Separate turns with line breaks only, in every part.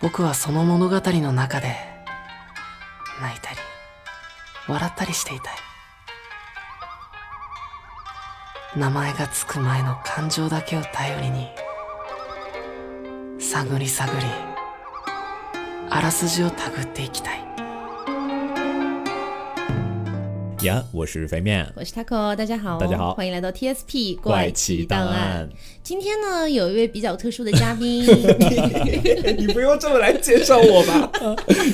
僕はその物語の中で泣いたり笑ったりしていたい名前がつく前の感情だけを頼りに探り探りあらすじを手繰っていきたい
呀我是肥面，
我是 Taco，大家好，
大家好
欢迎来到 TSP
怪
奇
奇档
案
案。
今天呢，有一位比较特殊的嘉 宾，
你不用这么来介绍我 吧？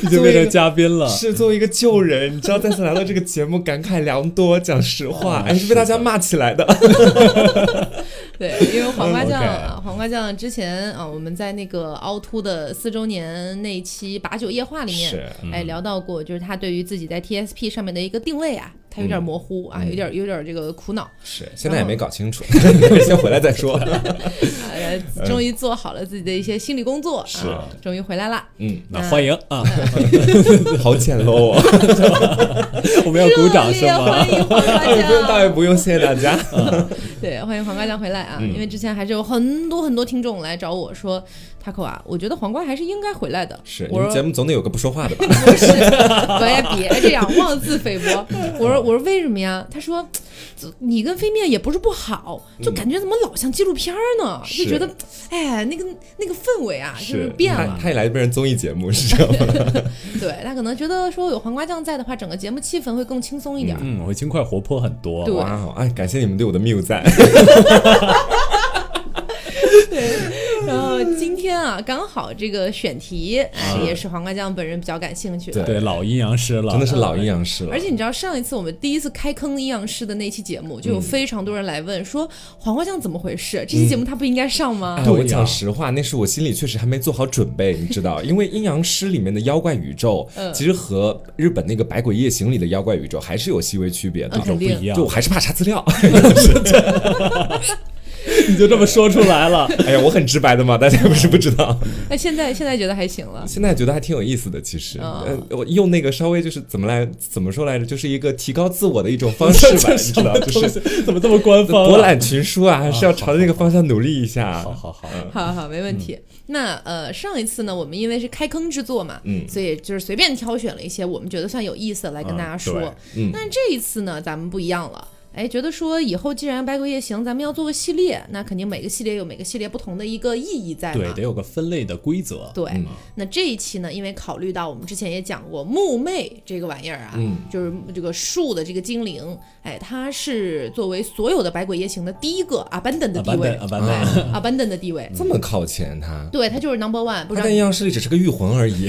已经变成嘉宾了。
是作为一个旧人，你知道再次来到这个节目，感慨良多。讲实话，
啊
还是被大家骂起来的。
对，因为黄瓜酱
嗯 OK
啊，黄瓜酱之前啊，我们在那个凹凸的四周年那一期《把酒夜话》里面
是，
嗯
哎，聊到过，就是他对于自己在 TSP 上面的一个定位啊，他有
嗯
点模糊啊，有点有点这个 苦恼，
是，现在也没搞清 楚，先回来再说。
呃，终于做好了自己的一些心理工作，是，终于回来了。
嗯，
那欢迎啊，
好简陋 啊！
我们要鼓 掌是
热烈
吗？
欢迎黄 瓜酱，
不用，倒也不用，谢谢大家。
对，欢迎黄瓜酱回来啊！因为之前还是有很多很多听众来找我说，Taco 啊，我觉得黄瓜还是应该回来的。
是，你
我
们节
说
目总得有个不说话的吧？
不是，我也别这样妄自菲薄。 我说我说为什么呀？他说，你跟飞面也不是不好，就感觉怎么老像纪录片儿呢？嗯就是觉得，哎，那个那个氛围啊，就是
是
变
他
了。
他一来就变成综艺节目，是这样吗？
对他可能觉得说有黄瓜酱在的话，整个节目气氛会更轻松一点儿。
嗯，我会轻快活泼很多。
对
哇哦，哎，感谢你们对我的谬 赞。
然后今天啊，刚好这个选题，哎，也是黄瓜酱本人比较感兴趣的。
对，老阴阳师了，
真的是老阴阳师了
而。且你知道，上一次我们第一次开坑阴阳师的那期节目，就有
嗯
非常多人来问说黄瓜酱怎么回事？这期节
嗯
目它不应该上吗？
哎，
对
我
呀
讲实话，那是我心里确实还没做好准备，你知道，因为阴阳师里面的妖怪宇宙，
嗯
其实和日本那个《百鬼夜行》里的妖怪宇宙还是有细微区别的
嗯。肯
不一
定。
样
就。我还是怕查资料，
你就这么说出来了，
哎呀，我很直白的嘛，大家不是不知道。
那现在现在觉得还行
嗯
了。
现在觉得还挺有意思的，其实，
哦
呃，我用那个稍微就是怎么来怎么说来着，就是一个提高自我的一种方式吧，
这
你
是
知
什么
道，就
东
是
西？ 怎么这么官方啊？
博览群书啊，还是要朝着那个方向努力一下
好。好好，
好好，没问题。
嗯
那呃，上一次呢，我们因为是开坑之作嘛，嗯，所以就是随便挑选了一些我们觉得算有意思的来
啊
跟大家说。
嗯对嗯
那这一次呢，咱们不一样了。哎，觉得说以后既然《百鬼夜行》，咱们要做个系列，那肯定每个系列有每个系列不同的一个意义在嘛。
对，得有个分类的规则。
对，
嗯
那这一期呢，因为考虑到我们之前也讲过木魅这个玩意儿啊，
嗯
就是这个树的这个精灵，哎，它是作为所有的百鬼夜行的第一个 abandon 的地位
Abandon- abandon
哎 abandon 的地位，
这么靠前他，
对，它就是 number one，不知
他
道
在阴阳师里只是个御魂而 已。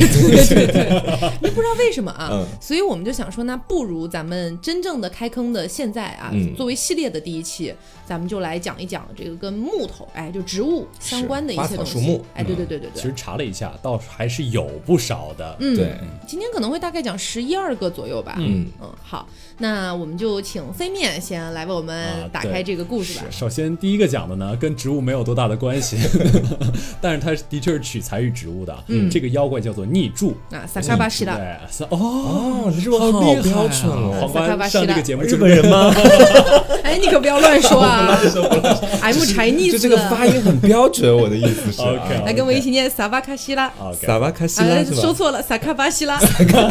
你不知道为什么啊，
嗯
所以我们就想说，那不如咱们真正的开坑的现在啊，
嗯
作为系列的第一期，咱们就来讲一讲这个跟木头，哎，就植物相
是
关的一
花
些
草
东西，
树木嗯
哎，对对对对
其
对，
实查了一下，倒是还是有不少的。
嗯，
对，
今天可能会大概讲十一二个左右吧。
嗯
好，那我们就请飞面先来为我们
啊
打
对
开这个故事吧。
首先，第一个讲的呢，跟植物没有多大的关 系，但是它的确是取材于植物的。嗯，这个妖怪叫做逆柱。
啊，萨卡巴西
嗯
拉，
对，是哦，
哦，日文
好
好
厉害
标
啊
准哦。
黄瓜上这个节目
日本人吗？
哎，你可不要乱说 啊 ！M Chinese，
就这个发音很标准，我的意思是啊。
OK
来跟我一起念萨巴卡西拉。啊，
OK，
萨瓦卡西拉是吧？
说错了，萨卡巴西 拉，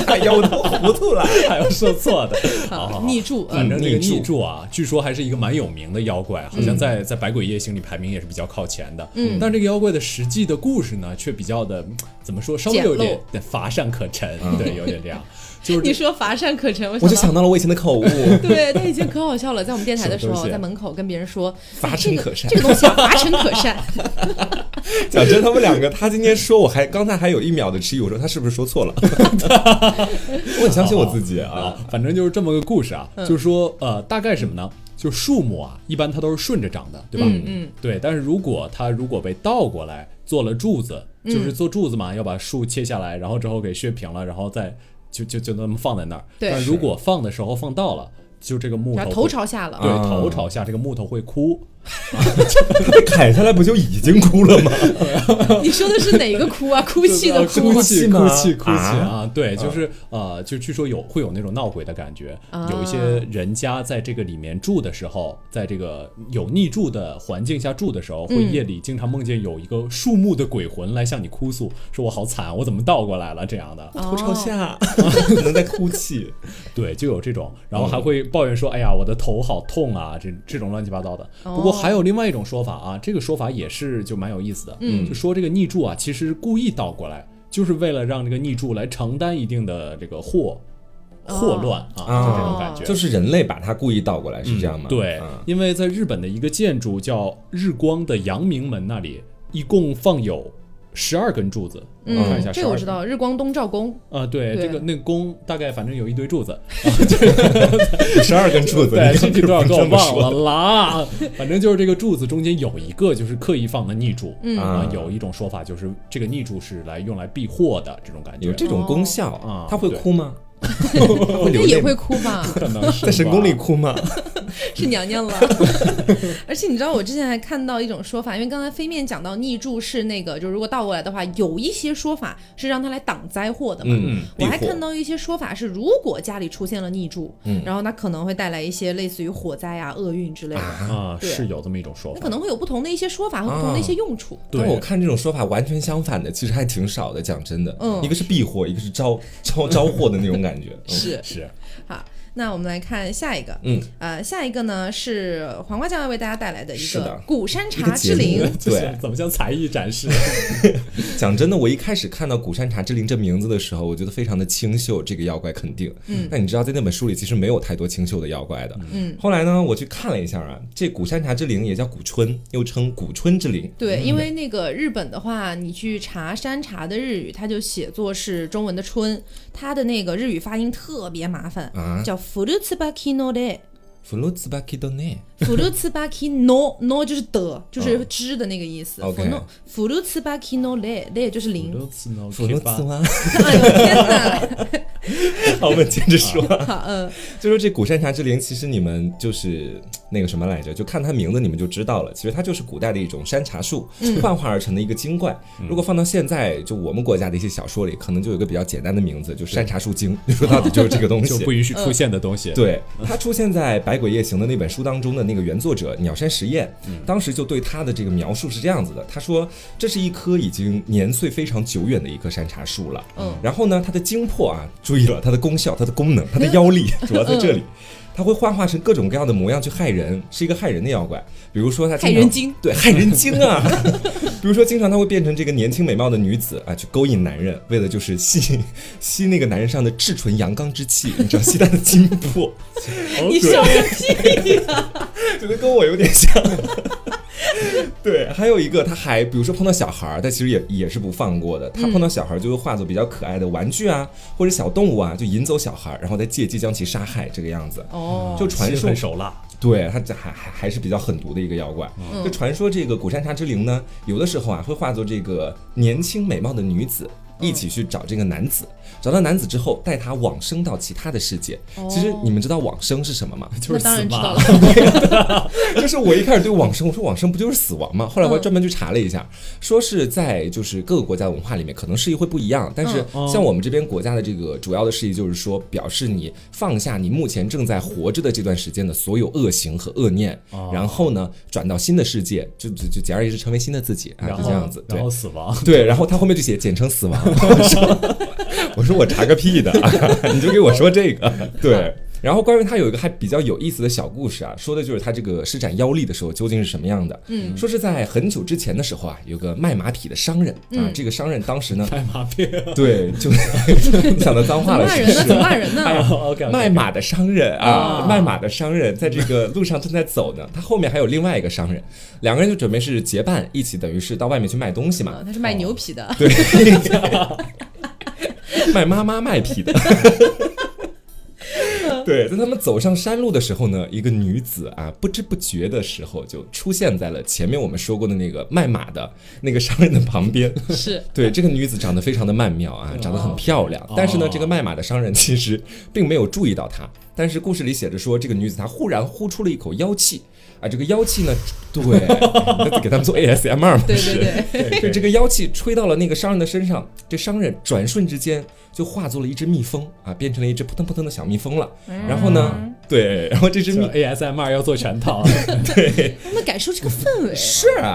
哎呀，我都糊涂了。
还要说错的。 好好
好
好
逆呃柱，
反正这个
逆柱
逆柱啊，据说还是一个蛮有名的妖怪，啊好像在在《百鬼夜行》里排名也是比较靠前的。嗯，但这个妖怪的实际的故事呢，却比较的嗯怎么说，稍微有点对乏善可陈，对，有点这 样。就是
你说乏善可陈，我
我就想到了我以前的口误，
对他以前可好笑了，在我们电台的时
什 么东
候，
西啊
在门口跟别人说，哎
乏
这
善
个
可善
这个东西啊，乏善可 善。
讲真，他们两个，他今天说我还刚才还有一秒的迟疑，我说他是不是说错了？ 我很相信我自己啊。
啊，反正就是这么个故事啊，就是说呃，大概什么呢？就是树木啊，一般它都是顺着长的，对吧？嗯嗯。对，但是如果它如果被倒过来做了柱子，就是做柱子嘛，要把树切下来，然后之后给削平了，然后再就就就那么放在那儿。
对
但如果放的时候放倒了，就这个木
然后
头
头
会
朝下了，
对
啊
头朝下，这个木头会枯。
他被砍下来不就已经哭了吗？
你说的是哪个哭 啊？哭泣的
是
哭
哭
吗？
泣
吗
哭泣哭泣
啊
啊！对，就是呃，就据说有会有那种闹鬼的感觉，有一些人家在这个里面住的时候，在这个有逆住的环境下住的时候，会夜里经常梦见有一个树木的鬼魂来向你哭诉，说我好惨，我怎么倒过来了这样的。
头朝下， 可能在哭泣。
对，就有这种，然后还会抱怨说：“哎呀，我的头好痛啊！”这这种乱七八糟的。不过还有另外一种说法啊，这个说法也是就蛮有意思的，嗯，就说这个逆柱啊，其实故意倒过来，就是为了让这个逆柱来承担一定的这个祸祸乱啊，就这种感觉。
就是人类把它故意倒过来，是这样吗？
对
啊，
因为在日本的一个建筑叫日光的阳明门那里，一共放有十二根柱子，我看一下，
嗯，这个我
12
知道，日光东照 宫，
啊，对，
对
这个那个宫大概反正有一堆柱子，
十二根柱子，
对，
你
具
刚
体多少个
刚
我
这么说
忘了啦。反正就是这个柱子中间有一个就是刻意放的逆柱，
嗯
啊，有一种说法就是这个逆柱是来用来避祸的这种感觉，
有这种功效
哦啊
他会
对
哭 吗？
那也会哭吧？
可能是
在神
吧
宫里哭 吗？
是娘娘 了。而且你知道，我之前还看到一种说法，因为刚才飞面讲到逆柱是那个，就如果倒过来的话，有一些说法是让它来挡灾祸的嘛。
嗯
我还
避祸嗯
看到一些说法是，如果家里出现了逆柱，然后那可能会带来一些类似于火灾啊、厄运之类的，
啊，
对
是有这么一种说
那
法
可。能会有不同的一些说法和不同的
啊
一些用处。
但我
对，
看这种说法完全相反的，其实还挺少的。讲真的，
嗯
一个是避祸，一个是招招招祸的那种感觉。 嗯
是
是
好，那我们来看下一个，
嗯，
呃，下一个呢是黄瓜酱要为大家带来的一
是
个
的
古山
一个
茶
节
之
目
灵，
对，
怎么像才艺展示？
讲真的，我一开始看到古山茶之灵这名字的时候，我觉得非常的清秀，这个妖怪肯定。嗯，那你知道在那本书里其实没有太多清秀的妖怪的。嗯，后来呢，我去看了一下啊，这古山茶之灵也叫古春，又称古春之灵。
对，因为那个日本的话，你去查山茶的日语，它就写作是中文的春，它的那个日语发音特别麻烦，
啊
叫 furutsubaki no de。
弗鲁茨巴基多内，
furutsubaki no no 就是的，就是之的那个意思。
OK
funo- furutsubaki no de de 就是零。
弗鲁茨 哇。
哎呦天哪！
好，我们接着说。
好，嗯，
就说这古山茶之灵，其实你们就是那个什么来着，就看它名字你们就知道了。其实它就是古代的一种山茶树幻化而成的一个精怪。
嗯
如果放到现在，就我们国家的一些小说里，可能就有一个比较简单的名字，就山茶树 精。 说到底就是这个东
就
西
不。嗯允许出现的东西。，
对，它出现在《百鬼夜行》的那本书当中的那个原作者鸟山实验，
嗯
当时就对它的这个描述是这样子的：他说，这是一棵已经年岁非常久远的一棵山茶树了。
嗯
然后呢，它的精魄啊，注意了它的功效、它的功能、它的妖力，主要在这里。它会幻化成各种各样的模样去害人，是一个害人的妖怪。比如说，它经常
害人精，
对，害人精啊。 比如说，经常它会变成这个年轻美貌的女子啊，去勾引男人，为了就是吸 吸那个男人上的至纯阳刚之气，你知道，吸他的精魄。
你笑个 屁呀！
觉得跟我有点像。 对，还有一个，他还比如说碰到小孩儿，他其实也也是不放过的。他碰到小孩儿就会化作比较可爱的玩具啊，或者小动物啊，就引走小孩儿，然后再借机将其杀害，这个样子。
哦，
就传说
很手 辣，
对，它这还还还是比较狠毒的一个妖怪。就传说这个古山茶之灵呢，有的时候啊会化作这个年轻美貌的女子。一起去找这个男子，找到男子之后，带他往生到其他的世界。其实你们知道往生是什么吗？
就
那
是
当
死
然知道
吧
了。。
就是我一开始对往生，我说往生不就是死亡吗？
嗯
后来我还专门去查了一下，说是在就是各个国家文化里面，可能释义会不一样，但是
嗯哦
像我们这边国家的这个主要的释义就是说，表示你放下你目前正在活着的这段时间的所有恶行和恶念，
哦
然后呢转到新的世界，就就就简而言之成为新的自己啊，
然
就
后
这样子，对
然后死亡。
对，然后他后面就写简称死亡， 我说我说我查个屁的， 你就给我说 这个，对。然后关于他有一个还比较有意思的小故事啊，说的就是他这个施展妖力的时候究竟是什么样的。嗯，说是在很久之前的时候啊，有个卖马匹的商人啊，
嗯
这个商人当时呢，
拍马屁啊
对，就 想到脏话 了，
骂
是
人
不
呢？
是
怎？么哦骂人呢？
！OK，
卖马的商人啊，卖马的商人在这个路上正在走呢，他后面还有另外一个商人，两个人就准备是结伴一起，等于是到外面去卖东西嘛
啊。 他是卖牛皮的，
对，卖妈妈卖批的。对，在他们走上山路的时候呢，一个女子啊，不知不觉的时候就出现在了前面我们说过的那个卖马的那个商人的旁边。
是
对，这个女子长得非常的曼妙啊，长得很漂亮。但是呢，这个卖马的商人其实并没有注意到她。但是故事里写着说，这个女子她忽然呼出了一口妖气啊，这个妖气呢，对，那给他们做 ASMR 嘛，
对
是
对对，
就这
个
个妖气吹到了那个商人的身上，这商人转瞬之间就化作了一只蜜蜂啊，变成了一只扑腾扑腾的小蜜蜂了。然后呢，对，然后这只蜜
啊 ASMR 要做全套啊，
他们感受这个氛围，
是啊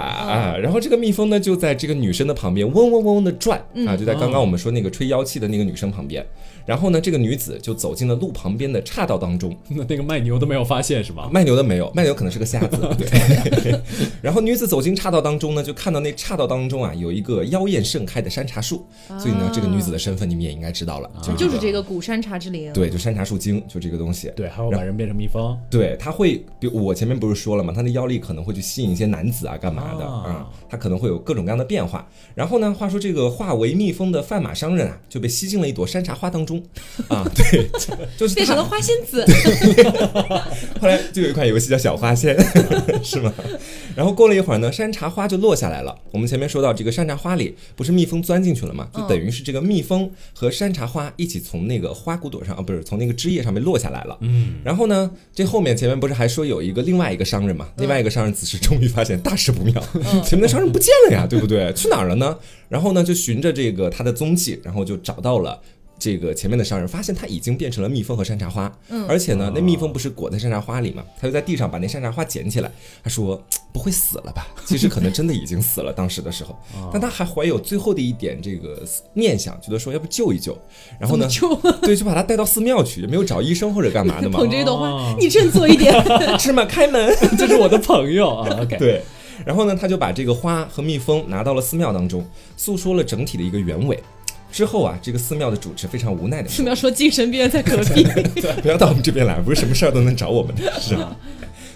啊，然后这个蜜蜂呢就在这个女生的旁边嗡嗡嗡嗡的转啊，就在刚刚我们说那个吹妖气的那个女生旁边。然后呢，这个女子就走进了路旁边的岔道当中，
那那个卖牛都没有发现是吗？
卖牛的没有，卖牛可能是个瞎子。对。然后女子走进岔道当中呢，就看到那岔道当中啊有一个妖艳盛开的山茶树，所以呢，这个女子的身份你们也应该知道了，就是
就是这个古山茶之灵，
对，就山茶树精，就这个东西。
对，还有把人变成蜜蜂，
对，它会，比如我前面不是说了嘛，它的妖力可能会去吸引一些男子啊，干嘛的
啊
啊、它可能会有各种各样的变化。然后呢，话说这个化为蜜蜂的贩马商人啊，就被吸进了一朵山茶花当中啊，对， 就是
变成
他
了花仙子，
后来就有一款游戏叫小花仙， 是吗？然后过了一会儿呢，山茶花就落下来了。我们前面说到，这个山茶花里不是蜜蜂钻进去了嘛，就等于是这个蜜蜂和山茶花一起从那个花骨朵上啊，不是从那个枝叶上面落下来了。嗯。然后呢，这后面前面不是还说有一个另外一个商人嘛？另外一个商人此时终于发现大事不妙，前面的商人不见了呀，对不对？去哪儿了呢？然后呢，就循着这个他的踪迹，然后就找到了。这个前面的商人发现它已经变成了蜜蜂和山茶花，
嗯
而且呢，那蜜蜂不是裹在山茶花里嘛，他就在地上把那山茶花捡起来，他说嘖不会死了 吧？其实可能真的已经死了，当时的时候，但他还怀有最后的一点这个念想，觉得说要不救一救，然后呢，
就
对，就把他带到寺庙去，也没有找医生或者干嘛的嘛
捧，着一朵
哦
花，你振作一点，
芝麻 开门，
这是我的朋友啊。OK，
对。然后呢，他就把这个花和蜜蜂拿到了寺庙当中，诉说了整体的一个原委。之后啊，这个寺庙的主持非常无奈 的
怎么要说精神病院在隔壁？
不要到我们这边来，不是什么事儿都能找我们的，是吧？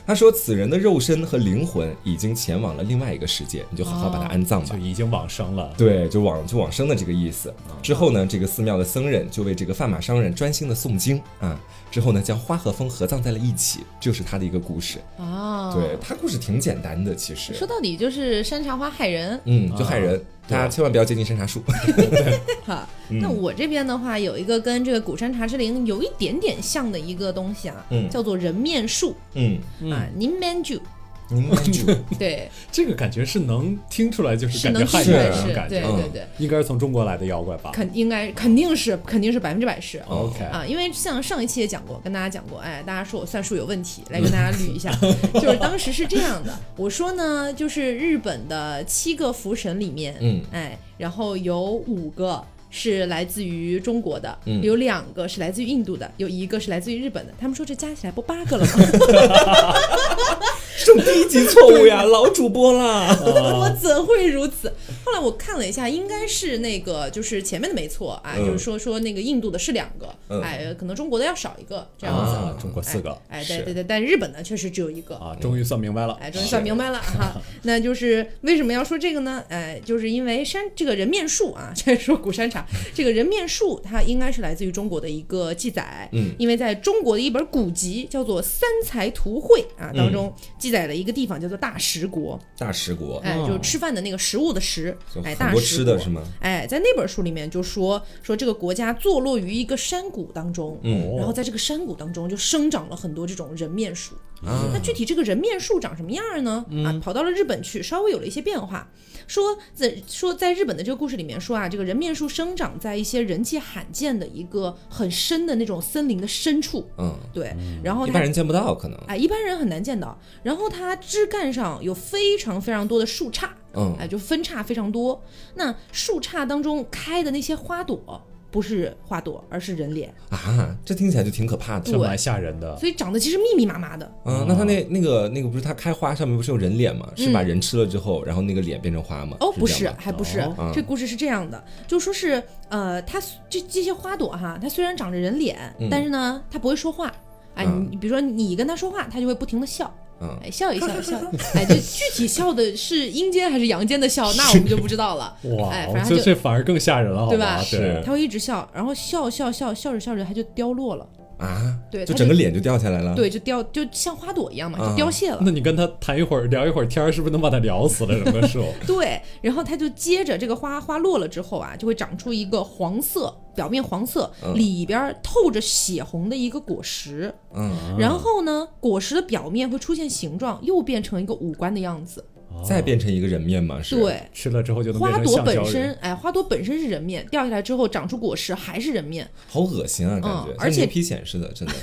他说：“此人的肉身和灵魂已经前往了另外一个世界，你就好好把他安葬吧
就。已经往生了。
对，就往就往生的这个意思。之后呢，这个寺庙的僧人就为这个贩马商人专心的诵经啊。之后呢，将花和风合葬在了一起，就是他的一个故事。
啊，
对他故事挺简单的，其实
说，到底就是山茶花害人
嗯，就害人，大家千万不要接近山茶树。
哈。
嗯
那我这边的话，有一个跟这个古山茶之灵有一点点像的一个东西啊，
嗯
叫做人面树
嗯，
啊，您面树，
您关 注，
对，
哎这个感觉是能听出来，就是
是
感觉
能
害
听出
人
来
的那
是
种，感
对
觉，嗯
对对，
应该是从中国来的妖怪吧
肯应该肯定是肯定是百分之百是。
？OK，
啊，因为像上一期也讲过，跟大家讲过，哎，大家说我算术有问题，来跟大家捋一下，就是当时是这样的，我说呢，就是日本的七个福神里面，
嗯
哎，然后有五个。是来自于中国的，
嗯
有两个是来自于印度的，有一个是来自于日本的。他们说这加起来不八个了吗？
这种低级错误呀，老主播啦。
我怎会如此？后来我看了一下，应该是那个就是前面的没错啊，
嗯
就是说说那个印度的是两个，
嗯
哎，可能中国的要少一个这样子。
啊，中国四个
哎，
是
对对对，但日本呢确实只有一个。
啊，终于算明白了。
哎，终于算明白了哈，那就是为什么要说这个呢？哎，就是因为山这个人面树啊， 这说古山茶，这个人面树它应该是来自于中国的一个记载，
嗯，
因为在中国的一本古籍叫做《三才图会》啊当中记载了一个地方叫做大食国，
大食国，
哎，就是吃饭的那个食物的食
哦就，
哎，
很
大
多
食
吃的
国
是吗？
哎，在那本书里面就说说这个国家坐落于一个山谷当中，
嗯
然后在这个山谷当中就生长了很多这种人面树。
啊嗯
那具体这个人面树长什么样儿呢？啊，跑到了日本去，稍微有了一些变化。说在说在日本的这个故事里面说啊，这个人面树生长在一些人迹罕见的一个很深的那种森林的深处，
嗯，
对，然后
一
它
般人见不到，可能。
哎，一般人很难见到。然后它枝干上有非常非常多的树杈，
嗯
哎，就分叉非常多。那树杈当中开的那些花朵，不是花朵，而是人脸，
啊，这听起来就挺可怕的。
这蛮吓人的，
所以长得其实密密麻麻的。
嗯，那他那那个那个不是他开花上面不是有人脸吗？是把人吃了之后，然后那个脸变成花吗？
嗯哦，不
这
是，
样吗
还不是
哦
嗯。
这故事是这样的，就说是呃，它这这些花朵哈，它虽然长着人脸，但是呢，它不会说话。哎，
嗯
你比如说你跟它说话，它就会不停的笑。
嗯
哎，笑一笑，笑一，哎，这具体笑的是阴间还是阳间的笑，那我们就不知道了。
哇哦
哎，反，正
这
它就
这反而更吓人了，好
对
吧
吧？
对
是
嗯
它会一直笑，然后笑笑笑笑着笑着，它就凋落了。
啊，
对
就
它
整个
就
脸就掉下来了。
对，就凋就像花朵一样嘛，
嗯
啊
就凋谢了。
那你跟他谈一会儿，聊一会儿天儿，是不是能把他聊死了？整个树
对，然后它就接着这个花花落了之后啊，就会长出一个黄色，表面黄色，
嗯
里边儿透着血红的一个果实。
嗯，
然后呢，果实的表面会出现形状，又变成一个五官的样子。
再变成一个人面嘛，是。
对，
吃了之后就能变
花
成
朵
橡
本
胶
身
人。，
哎，花朵本身是人面，掉下来之后长出果实还是 人面。
好恶心啊，感
嗯
觉、
而
像
且
牛皮癣似的，真的。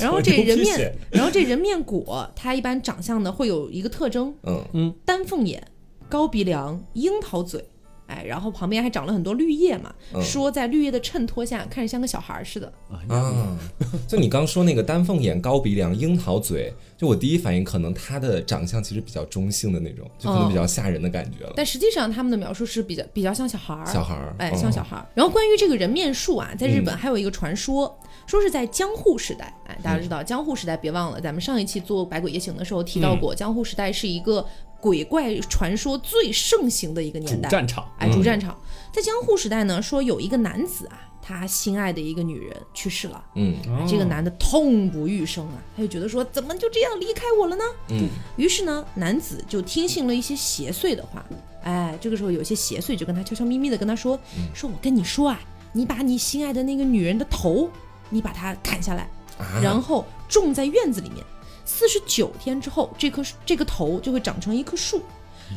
然后这
牛
人
皮
面，然后这人面果，它一般长相呢会有一个特征：
嗯，
丹凤眼、高鼻梁、樱桃嘴。哎，然后旁边还长了很多绿叶嘛，
嗯
说在绿叶的衬托下，看着像个小孩儿似的。
啊，就你刚说那个丹凤眼、高鼻梁、樱桃嘴，就我第一反应可能他的长相其实比较中性的那种，就可能
嗯
比较吓人的感觉了。
但实际上他们的描述是比较比较像小孩儿，
小孩儿，
哎，
嗯
像小孩儿。然后关于这个人面术啊，在日本还有一个传说，说是在江户时代，哎，大家知道、江户时代，别忘了咱们上一期做《百鬼夜行》的时候提到过，江户时代是一个鬼怪传说最盛行的一个年
主
代，
战场，
哎，主战场。在江户时代呢，说有一个男子啊，他心爱的一个女人去世了。
嗯
啊
哦
这个男的痛不欲生啊，他就觉得说怎么就这样离开我了呢？
嗯，
于是呢，男子就听信了一些邪祟的话，哎，这个时候有些邪祟就跟他悄悄咪咪的跟他说，
嗯
说我跟你说啊，你把你心爱的那个女人的头，你把它砍下来，
啊，
然后种在院子里面，四十九天之后，这棵这个头就会长成一棵树，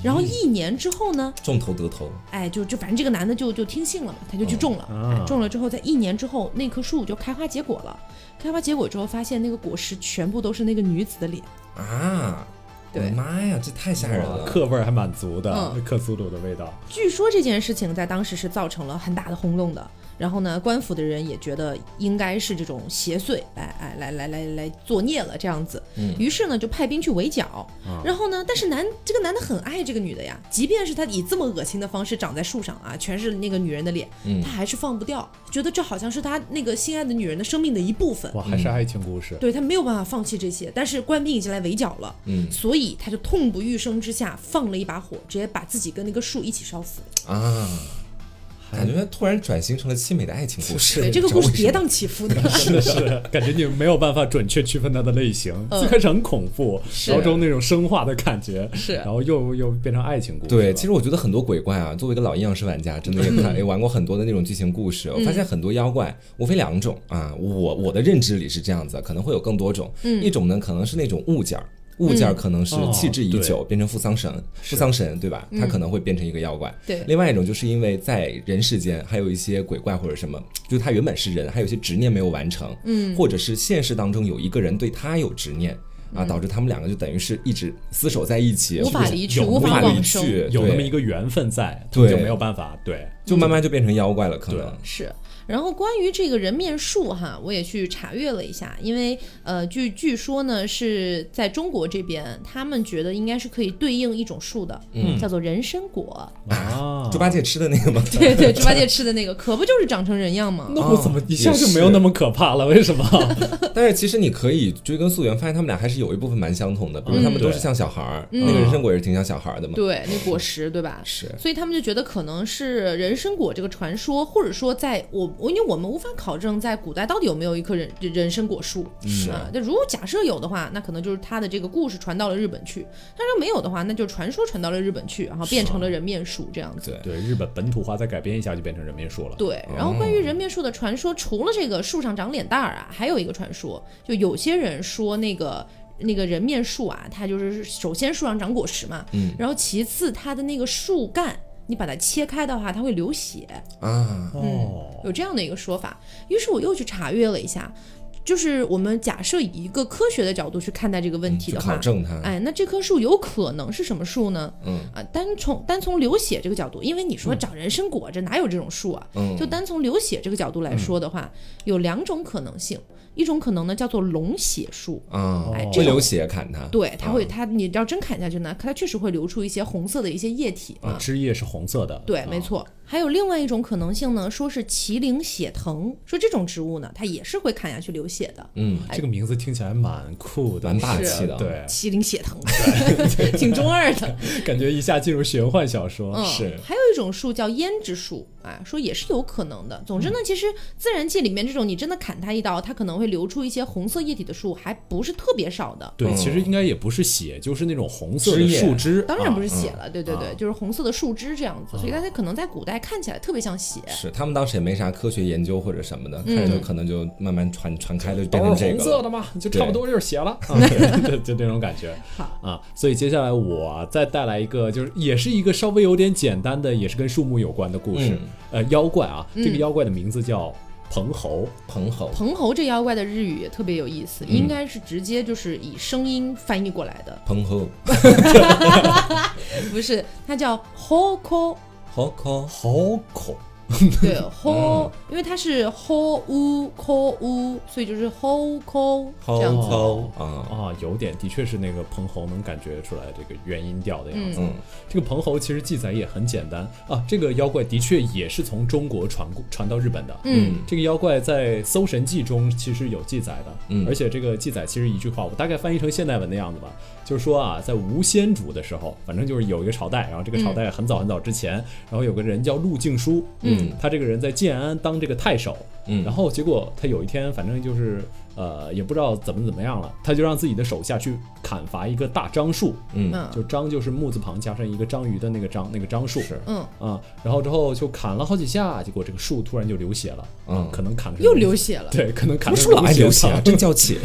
然后一年之后呢，
中头得头，
哎，就就反正这个男的就就听信了嘛，他就去种了，
啊
哎种了之后，在一年之后，那棵树就开花结果了。开花结果之后，发现那个果实全部都是那个女子的脸。
啊，我的
对
妈呀，这太吓人了。
克味儿还蛮足的，
嗯
克苏鲁的味道。
据说这件事情在当时是造成了很大的轰动的。然后呢，官府的人也觉得应该是这种邪祟，哎哎，来来来来作孽了这样子。于是呢，就派兵去围剿。然后呢，但是男这个男的很爱这个女的呀，即便是他以这么恶心的方式长在树上啊，全是那个女人的脸，他还是放不掉，觉得这好像是他那个心爱的女人的生命的一部分。
哇，还是爱情故事。
对他没有办法放弃这些，但是官兵已经来围剿了，
嗯
所以他就痛不欲生之下放了一把火，直接把自己跟那个树一起烧死。
啊，感觉突然转型成了凄美的爱情故事。
对，哎这个
不知
故
道
事 跌
为什么
宕起伏的。
真的是，感觉你没有办法准确区分它的类型。
嗯
最开始很恐怖，然后中那种生化的感觉，
是
然后又又变成爱情故事了。
对，其实我觉得很多鬼怪啊，作为一个老阴阳师玩 家，真的也看也玩过很多的那种剧情故
嗯
事。我发现很多妖怪无非两种啊，我我的认知里是这样子，可能会有更多种。
嗯
一种呢可能是那种物件儿。物件儿可能是弃之已久，变成扶桑神，扶桑神对
嗯
吧？它可能会变成一个妖怪。
对
另外一种就是因为在人世间还有一些鬼怪或者什么，就是他原本是人，还有一些执念没有完成，嗯，或者是现实当中有一个人对他有执念啊，
嗯
导致他们两个就等于是一直厮守在一起，
无法
是不是
离去
有
无
无
法
法
往
离
生
去，
有那么
对
一个缘分在，他们
对
就没有办法。 对，
就慢慢就变成妖怪了，可能。
是。然后关于这个人面术哈，我也去查阅了一下，因为呃，据据说呢是在中国这边，他们觉得应该是可以对应一种树的，嗯、叫做人参 果。
啊
猪八戒吃的那个吗？
对对，猪八戒吃的那个，可不就是长成人样吗？
那 我怎么一下
也
就是没有那么可怕了？为什么？
但是其实你可以追根溯源，发现他们俩还是有一部分蛮相同的，比如
嗯
他们都
对
是像小孩儿，那个人参果也是挺像小孩儿的嘛。
嗯对，那果 实对吧？
是
所以他们就觉得可能是人参果这个传说，或者说在我我因为我们无法考证在古代到底有没有一棵人人参果树，
嗯
是啊。那如果假设有的话，那可能就是他的这个故事传到了日本去；但是没有的话，那就传说传到了日本去，然后变成了人面树这样子。
对
对，日本本土化再改编一下就变成人面兽了。
对，然后关于人面树的传说，除了这个树上长脸蛋儿啊，还有一个传说，就有些人说那个。那个人面树啊，它就是首先树上长果实嘛，嗯，然后其次它的那个树干，你把它切开的话，它会流血，
啊，
哦，
有这样的一个说法。于是我又去查阅了一下，就是我们假设以一个科学的角度去看待这个问题
去
的话，
考证它。
哎，那这棵树有可能是什么树呢？嗯啊，单从单从流血这个角度，因为你说长人参果，这哪有这种树啊？
嗯
就单从流血这个角度来说的话，有两种可能性，一种可能呢叫做龙血树。
啊
哎，
会
这种
流血砍它。
对，它会，它你要真砍下去呢，它确实会流出一些红色的一些液体
啊
啊，
枝叶是红色的。
对
啊，
没。错。还有另外一种可能性呢，说是麒麟血藤，说这种植物呢，它也是会砍下去流血的。
嗯，
这个名字听起来蛮酷的，
蛮霸气的
对，
麒麟血藤，挺中二的。
感觉一下进入玄幻小说。
嗯，
是
还有一种树叫胭脂树，啊，说也是有可能的。总之呢，其实自然界里面这种你真的砍它一刀，它可能会流出一些红色液体的树，还不是特别少的。
对，
嗯
其实应该也不是血，就是那种红色的
枝叶
树枝。
当然不是
啊
血了，对对对，
啊
就是红色的树枝这样子，所以它可能在古代看起来特别像血。
是，他们当时也没啥科学研究或者什么的，
嗯
看着就可能就慢慢传传开了，就变
都
成
是
这
红
个
色
了。
的嘛，就
对
差不多就是血了， 啊就就这种感觉
好
啊。所以接下来我再带来一个，就是也是一个稍微有点简单的，也是跟树木有关的故事
嗯。
呃，妖怪啊，这个妖怪的名字叫彭侯。
彭侯，
彭侯这妖怪的日语也特别有意思，应该是直接就是以声音翻译过来的，
彭 侯，
不是，它叫 hoko，
侯口，
好恐，
对 ho，、因为它是 ho u ko u，所以就是 hoko 这样子。
侯口啊，
啊，有点，的确是那个彭侯能感觉出来这个元音调的样子。
嗯
这个彭侯其实记载也很简单啊，这个妖怪的确也是从中国传过传到日本的。
嗯，
这个妖怪在《搜神记》中其实有记载的，
嗯
而且这个记载其实一句话，我大概翻译成现代文的样子吧，就是说啊，在吴先主的时候，反正就是有一个朝代，然后这个朝代很早很早之前，然后有个人叫陆敬书，
嗯
他这个人在建安当这个太守，
嗯
然后结果他有一天反正就是呃也不知道怎么怎么样了，他就让自己的手下去砍伐一个大樟树，
嗯
嗯
就樟就是木字旁加上一个章鱼的那个章，那个樟树
是
嗯，
啊，然后之后就砍了好几下，结果这个树突然就流血了，啊
嗯
可能砍的是
又流血了。
对，可能砍
不
的
是老爱流血啊，真
真
娇气。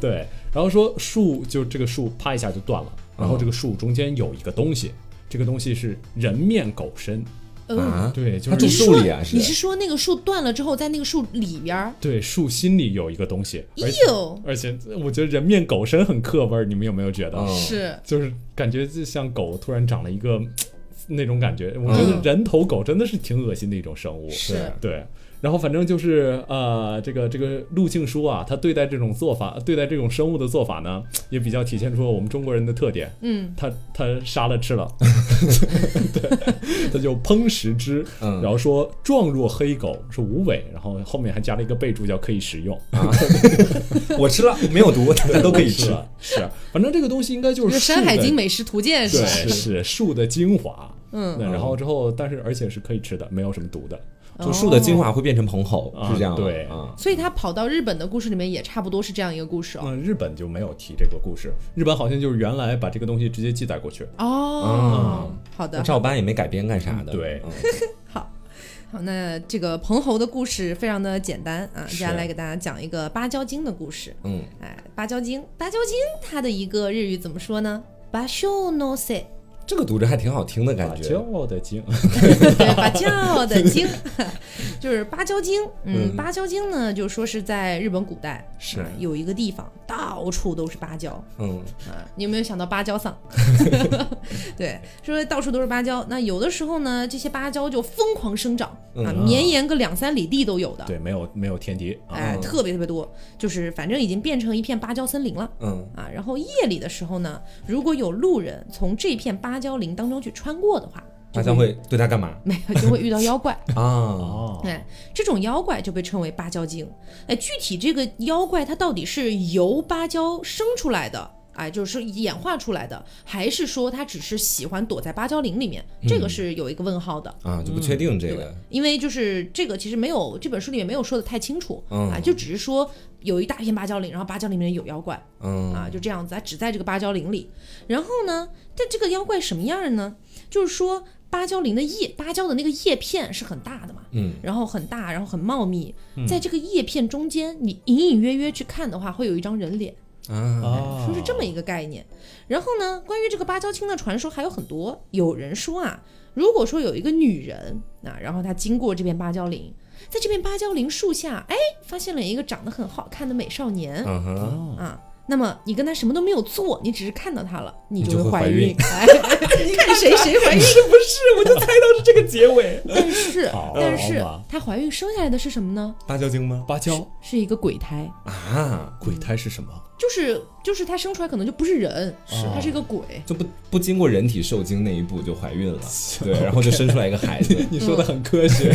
对。然后说树就这个树啪一下就断了，然
嗯
后这个树中间有一个东西，这个东西是人面狗身，
嗯，
啊，
对，就
它
是
住
树
树里啊，
你是说那个树断了之后，在那个树里边儿？
对树心里有一个东西，而且
哟，
而且我觉得人面狗身很克味儿，你们有没有觉得？
嗯
是
就是感觉就像狗突然长了一个那种感觉。我觉得人头狗真的是挺恶心的一种生物。
是
嗯是
对，然后反正就是呃，这个这个陆庆书啊，他对待这种做法，对待这种生物的做法呢，也比较体现出了我们中国人的特点。
嗯，
他他杀了吃了， 对，他就烹食之，
嗯
然后说状若黑狗是无尾，然后后面还加了一个备注叫可以食用，
我吃了没有毒，大家都可以吃
是。
啊
吧是，反正这个东西应该就
哦就是是《山
树
海
的
经》美食图 鉴是
对
吧？，
是树的精华。
嗯
那然后之后，但是而且是可以吃的，没有什么毒的。
就树的精华会变成彭侯，
哦
是这样吗
啊对
啊，
所以他跑到日本的故事里面也差不多是这样一个故事哦。
嗯，日本就没有提这个故事，日本好像就是原来把这个东西直接记载过去。
哦，好的，
照搬也没改编干啥的。
对
嗯
好。好，那这个彭侯的故事非常的简单啊，接下来给大家讲一个芭蕉精的故事。
嗯，
哎，芭蕉精，芭蕉精它的一个日语怎么说呢？芭蕉のせ，
这个读着还挺好听的感
把
觉。
叫的精，
对， 芭蕉的精，就是芭蕉精。嗯，芭蕉精呢，就说是在日本古代
是
啊有一个地方到处都是芭蕉，
嗯
啊， 你有没有想到芭蕉嗓？ 对，说到处都是芭蕉。那有的时候呢，这些芭蕉就疯狂生长啊，绵延个两三里地都有的。
对，没有没有天敌啊。
哎，特别特别多，就是反正已经变成一片芭蕉森林了
嗯
啊。然后夜里的时候呢，如果有路人从这片芭蕉林当中去穿过的话，
大家会对他干嘛
没有就会遇到妖怪。
啊？
哦，
哎，这种妖怪就被称为芭蕉精。哎，具体这个妖怪它到底是由芭蕉生出来的，哎，就是说演化出来的，还是说它只是喜欢躲在芭蕉林里面？这个是有一个问号的。
啊，就不确定这个。
因为就是这个，其实没有这本书里面没有说的太清楚、
嗯
啊，就只是说有一大片芭蕉林，然后芭蕉林里面有妖怪
嗯
啊，就这样子，它只在这个芭蕉林里。然后呢，但这个妖怪什么样呢？就是说芭蕉林的叶，芭蕉的那个叶片是很大的嘛，
嗯，
然后很大，然后很茂密，在这个叶片中间，你隐隐约约去看的话，会有一张人脸。
啊，
啊
哎说是这么一个概念。然后呢，关于这个芭蕉精的传说还有很多。有人说啊，如果说有一个女人啊，然后她经过这片芭蕉林，在这片芭蕉林树下，哎，发现了一个长得很好看的美少年
嗯哼，
啊。那么你跟他什么都没有做，你只是看到他了，你
你就
会
会
怀
怀孕
哎，你看谁谁怀孕？
是这个结尾。
但是
好
但是
嘛
她怀孕生下来的是什么呢？
芭蕉精吗？
芭蕉
是一个鬼胎。
啊，
鬼胎是什么？
就是就是它生出来可能就不是人，
是
它是一个鬼。
就不不经过人体受精那一步就怀 孕了，对，然后就生出来一个孩子，
你说的很科学，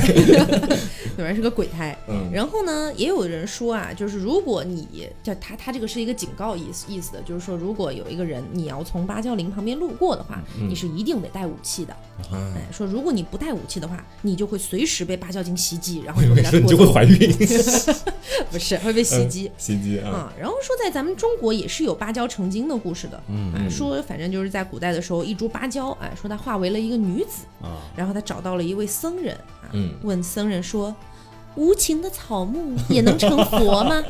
果然是个鬼胎。
嗯
然后呢，也有人说啊，就是如果你就他他这个是一个警告意思意思的，就是说如果有一个人你要从芭蕉林旁边路过的话，你是一定得带武器的。
嗯啊，
哎，说如果你不带武器的话，你就会随时被芭蕉精袭击，然后
我以
你
为
被它
说
拖
你 就
走，
会怀孕，
不是会被袭击。
袭击啊，
啊，然后说在咱们中国也是有芭蕉成精的故事的，嗯，哎，说反正就是在古代的时候，一株芭蕉，哎，说她化为了一个女子，
啊，
然后她找到了一位僧人，啊，
嗯
问僧人说，无情的草木也能成佛 吗？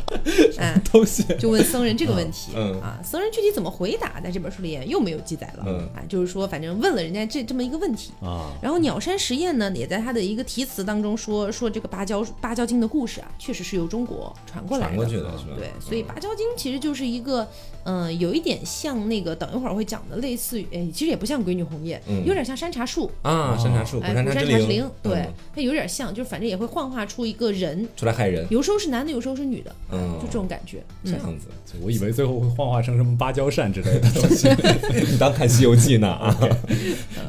哎，
偷窃
就问僧人这个问题，
嗯嗯
啊，僧人具体怎么回答，在这本书里也又没有记载了，
嗯
啊，就是说反正问了人家这这么一个问题。
啊，
然后鸟山实验呢，也在他的一个题词当中说说这个芭蕉芭蕉精的故事啊，确实是由中国传过来
传
的。
过去嗯的是吧？
对，所以芭蕉精其实就是一个，嗯、有一点像那个，等一会儿会讲的，类似于，哎，其实也不像闺女红叶，
嗯
有点像山茶树，
啊，山茶树，
哎，
山
古
之
山茶之灵，对
嗯，
它有点像，就反正也会幻化出一个人，
出来害人，
有时候是男的，有时候是女的，
嗯
就这种感觉。
这
嗯，
样子，
我以为最后会幻化成什么芭蕉扇之类的 东西
你当看《西游记》呢啊？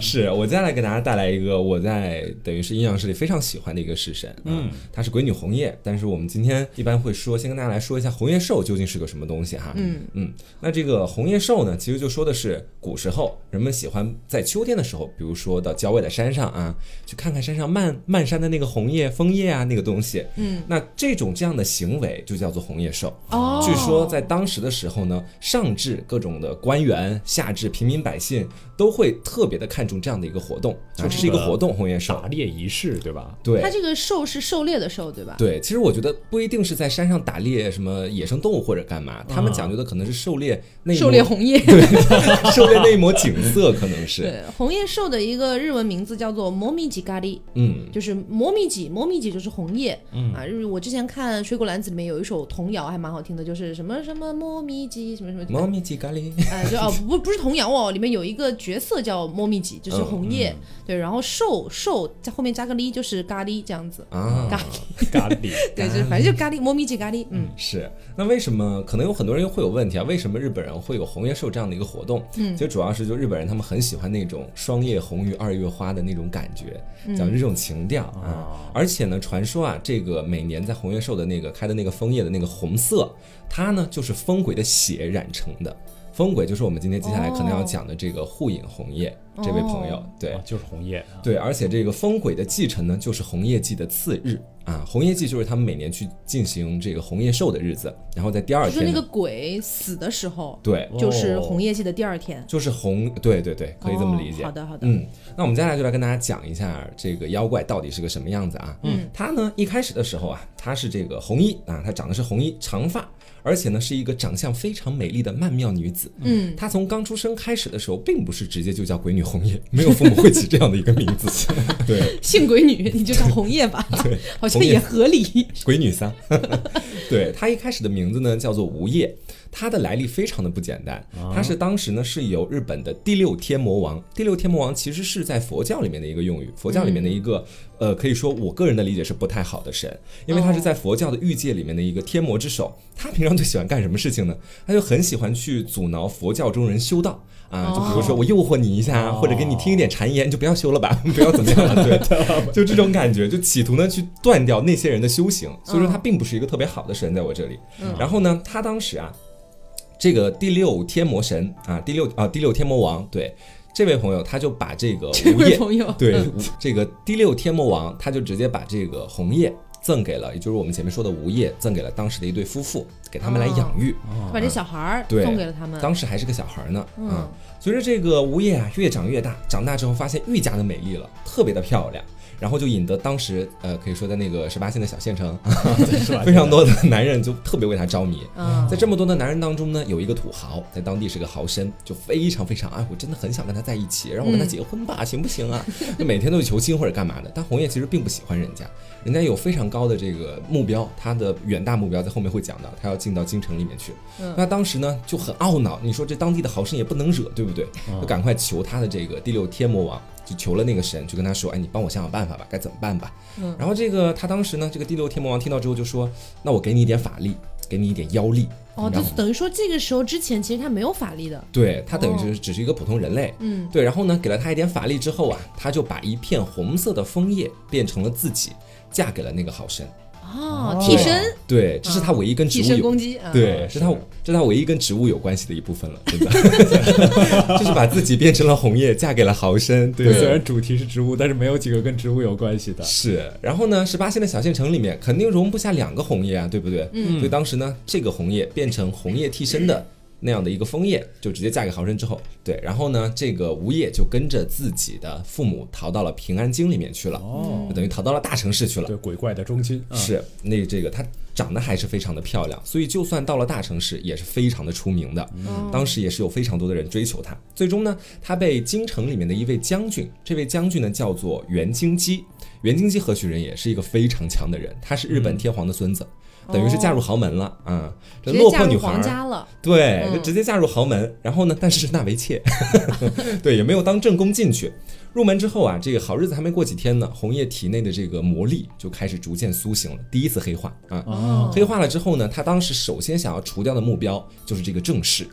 是我接下来给大家带来一个我在等于是阴阳师里非常喜欢的一个式神，嗯，她是鬼女红叶，但是我们今天一般会说，先跟大家来说一下红叶兽究竟是个什么东西哈，嗯嗯，那这个红叶兽呢，其实就说的是古时候人们喜欢在秋天的时候，比如说到郊外的山上啊，去看看山上漫漫山的那个红叶、枫叶啊那个东西，嗯，那这种这样的行为就叫做红叶兽，
哦
据说在当时的时候呢，上至各种的官员，下至平民百姓，都会特别的看重这样的一个活动，啊，这是一个活动，红叶手
打。猎仪式，对吧？
对
它这个狩是狩猎的狩，对吧？
对，其实我觉得不一定是在山上打猎什么野生动物或者干嘛，他们讲究的可能是狩猎那一嗯
狩猎
抹，
红叶，
狩猎那一抹景色，可能 是，
对，红叶兽的一个日文名字叫做摩米吉咖喱。
嗯
就是摩米几，摩米几就是红叶、啊。就是我之前看《水果篮子》里面有一首童谣，还蛮好听的，就是什么什么摩米几，什么什么。
猫咪鸡咖喱，
呃，就哦不不是童谣哦，里面有一个角色叫摩米吉，就是红叶，
嗯
对，然后瘦瘦在后面加个哩，就是咖喱这样子，
啊
咖喱，
咖喱，
对，就是反正就咖喱，摩米吉咖喱，嗯，
是，那为什么可能有很多人会有问题啊？为什么日本人会有红叶兽这样的一个活动？嗯，其实主要是就日本人他们很喜欢那种霜叶红于二月花的那种感觉，
嗯
讲究这种情调
哦
啊。而且呢，传说啊，这个每年在红叶兽的那个开的那个枫叶的那个红色，它呢就是风鬼的血染成的。风鬼就是我们今天接下来可能要
哦
讲的这个护影红叶、这位朋友
哦，
对
啊，就是红 叶，
对，而且这个风鬼的继承呢，就是红叶祭的次日
嗯
啊。红叶祭就是他们每年去进行这个红叶寿的日子，然后在第二
就是
天呢，
那个鬼死的时候，
对，
就是
哦
红叶季的第二天，
就是红，对对对，可以这么理解。
哦好的好的，
嗯，那我们接下来就来跟大家讲一下这个妖怪到底是个什么样子啊？嗯，他呢一开始的时候啊，他是这个红衣啊，他长的是红衣，长发，而且呢是一个长相非常美丽的曼妙女子。
嗯，
她从刚出生开始的时候，并不是直接就叫鬼女红叶，没有父母会起这样的一个名字。 对，
性鬼女你就叫红叶吧， 好像
红叶
也合理，
鬼女桑， 对她一开始的名字呢叫做吴叶，她的来历非常的不简单，她是当时呢是由日本的第六天魔王，第六天魔王其实是在佛教里面的一个用语，佛教里面的一个、呃，可以说我个人的理解是不太好的神，因为他是在佛教的欲界里面的一个天魔之首，他平常最喜欢干什么事情呢？他就很喜欢去阻挠佛教中人修道。啊，就比如说我诱惑你一下，或者给你听一点谗言，你就不要修了吧， 不要怎么样了，对， 就这种感觉，就企图呢去断掉那些人的修行，
嗯
所以说他并不是一个特别好的神，在我这里。然后呢，他当时啊，这个第六天魔神啊，第六啊第六天魔王，对这位朋友，他就把这个
这
无
位
业
朋友，嗯
对这个第六天魔王，他就直接把这个红叶赠给了，也就是我们前面说的无业，赠给了当时的一对夫妇，给他们来养育。
把这小孩儿
啊对
哦送给了他们，
当时还是个小孩儿呢，
嗯
啊，随着这个吴叶啊越长越大，长大之后发现愈加的美丽了，特别的漂亮，然后就引得当时呃可以说在那个十八线的小县城，
是吧？
非常多的男人就特别为她着迷。
嗯
在这么多的男人当中呢，有一个土豪，在当地是个豪绅，就非常非常哎，我真的很想跟他在一起，让我跟他结婚吧，行不行啊？ 就每天都去求亲或者干嘛的。但红叶其实并不喜欢人家，人家有非常高的这个目标，他的远大目标在后面会讲到，他要进到京城里面去。
嗯
那当时呢就很懊恼，你说这当地的豪绅也不能惹，对不对？就赶快求他的这个第六天魔王，就求了那个神，就跟他说，哎，你帮我想想办法吧，该
嗯
怎么办吧。然后这个他当时呢，这个第六天魔王听到之后就说：“那我给你一点法力，给你一点妖力。
哦，
然
就
后
等于说这个时候之前其实他没有法力的，
对他等于
哦
就是只是一个普通人类。
嗯，
对，然后呢，给了他一点法力之后啊，他就把一片红色的枫叶变成了自己，嫁给了那个好神。
哦，替身，
对，这是他唯一跟植
替
物
身
有
攻击，啊，
对，哦是他，这是他唯一跟植物有关系的一部分了，真的， 就是把自己变成了红叶，嫁给了豪绅，对，
虽然主题是植物，但是没有几个跟植物有关系的。
是。然后呢，十八线的小县城里面肯定容不下两个红叶啊，对不对？嗯。所以当时呢，这个红叶变成红叶替身的那样的一个枫叶，就直接嫁给豪绅之后，对，然后呢，这个吴叶就跟着自己的父母逃到了平安京里面去了，
哦，
就等于逃到了大城市去了。
对，鬼怪的中心啊
是那这个她长得还是非常的漂亮，所以就算到了大城市也是非常的出名的。
哦
当时也是有非常多的人追求她。最终呢，她被京城里面的一位将军，这位将军呢叫做袁经基。袁经基何许人也？是一个非常强的人，他是日本天皇的孙子，等于是嫁入豪门了啊、嗯这
直接
落
嫁
魄女
入
孩
皇
儿。
家了，
对，就
嗯
直接嫁入豪门。然后呢，但是纳为妾， 对，也没有当正宫进去。入门之后啊，这个好日子还没过几天呢，红叶体内的这个魔力就开始逐渐苏醒了，第一次黑化啊。
哦
黑化了之后呢，他当时首先想要除掉的目标就是这个正室，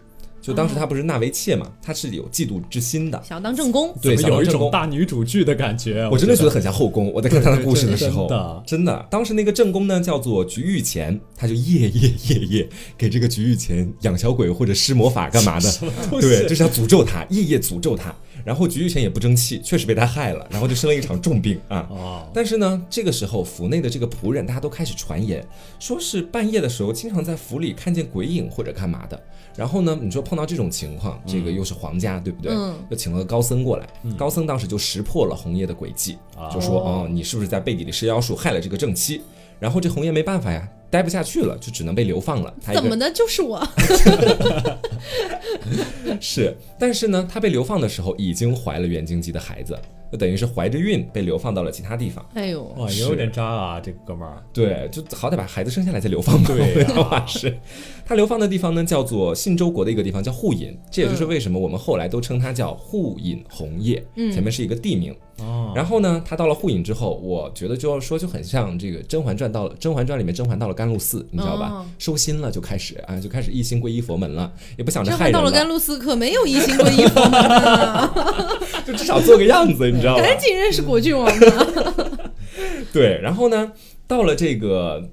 就当时他不是纳为妾嘛，他是有嫉妒之心的。
想要当正宫，
对，
怎
想
么有
当
一
正
种
宫。
大女主剧的感啊觉。
我真的觉得很像后宫。我在看他的故事的时候，
对对对
真的，当时那个正宫呢叫做菊玉前，他就夜夜夜夜给这个菊玉前养小鬼或者施魔法干嘛的，
东西
对，就是要诅咒他，夜夜诅咒他。然后菊玉前也不争气，确实被他害了，然后就生了一场重病啊。
哦，
但是呢，这个时候府内的这个仆人，大家都开始传言，说是半夜的时候经常在府里看见鬼影或者干嘛的。然后呢，你说碰到这种情况，这
嗯
个又是皇家，对不对？
嗯
又呃请了个高僧过来，高僧当时就识破了红叶的诡计，
啊
就说哦，你是不是在背地里施妖术，害了这个正妻？然后这红叶没办法呀，待不下去了，就只能被流放了。他一
怎
个
么的，就是我，
是，但是呢，她被流放的时候已经怀了袁经姬的孩子，就等于是怀着孕被流放到了其他地方。
哎
哦
呦，
哇，也有点渣啊，这个哥们儿。
对，就好歹把孩子生下来再流放吧。
对 啊
我的话是，他流放的地方呢，叫做信州国的一个地方叫护隐，这也就是为什么我们后来都称它叫护隐红叶，
嗯
前面是一个地名。
哦，
然后呢，他到了护隐之后，我觉得就要说就很像这个《甄嬛传》到了，《甄嬛传》里面甄嬛到了甘露寺，你知道吧？
哦
收心了就开始啊，就开始一心皈依佛门了，也不想着
这
害
还
人
到了甘露寺，可没有一 心皈依佛门啊，
就至少做个样子，你知道吧？
赶紧认识果郡王
嗯
吧，
对，然后呢，到了这个。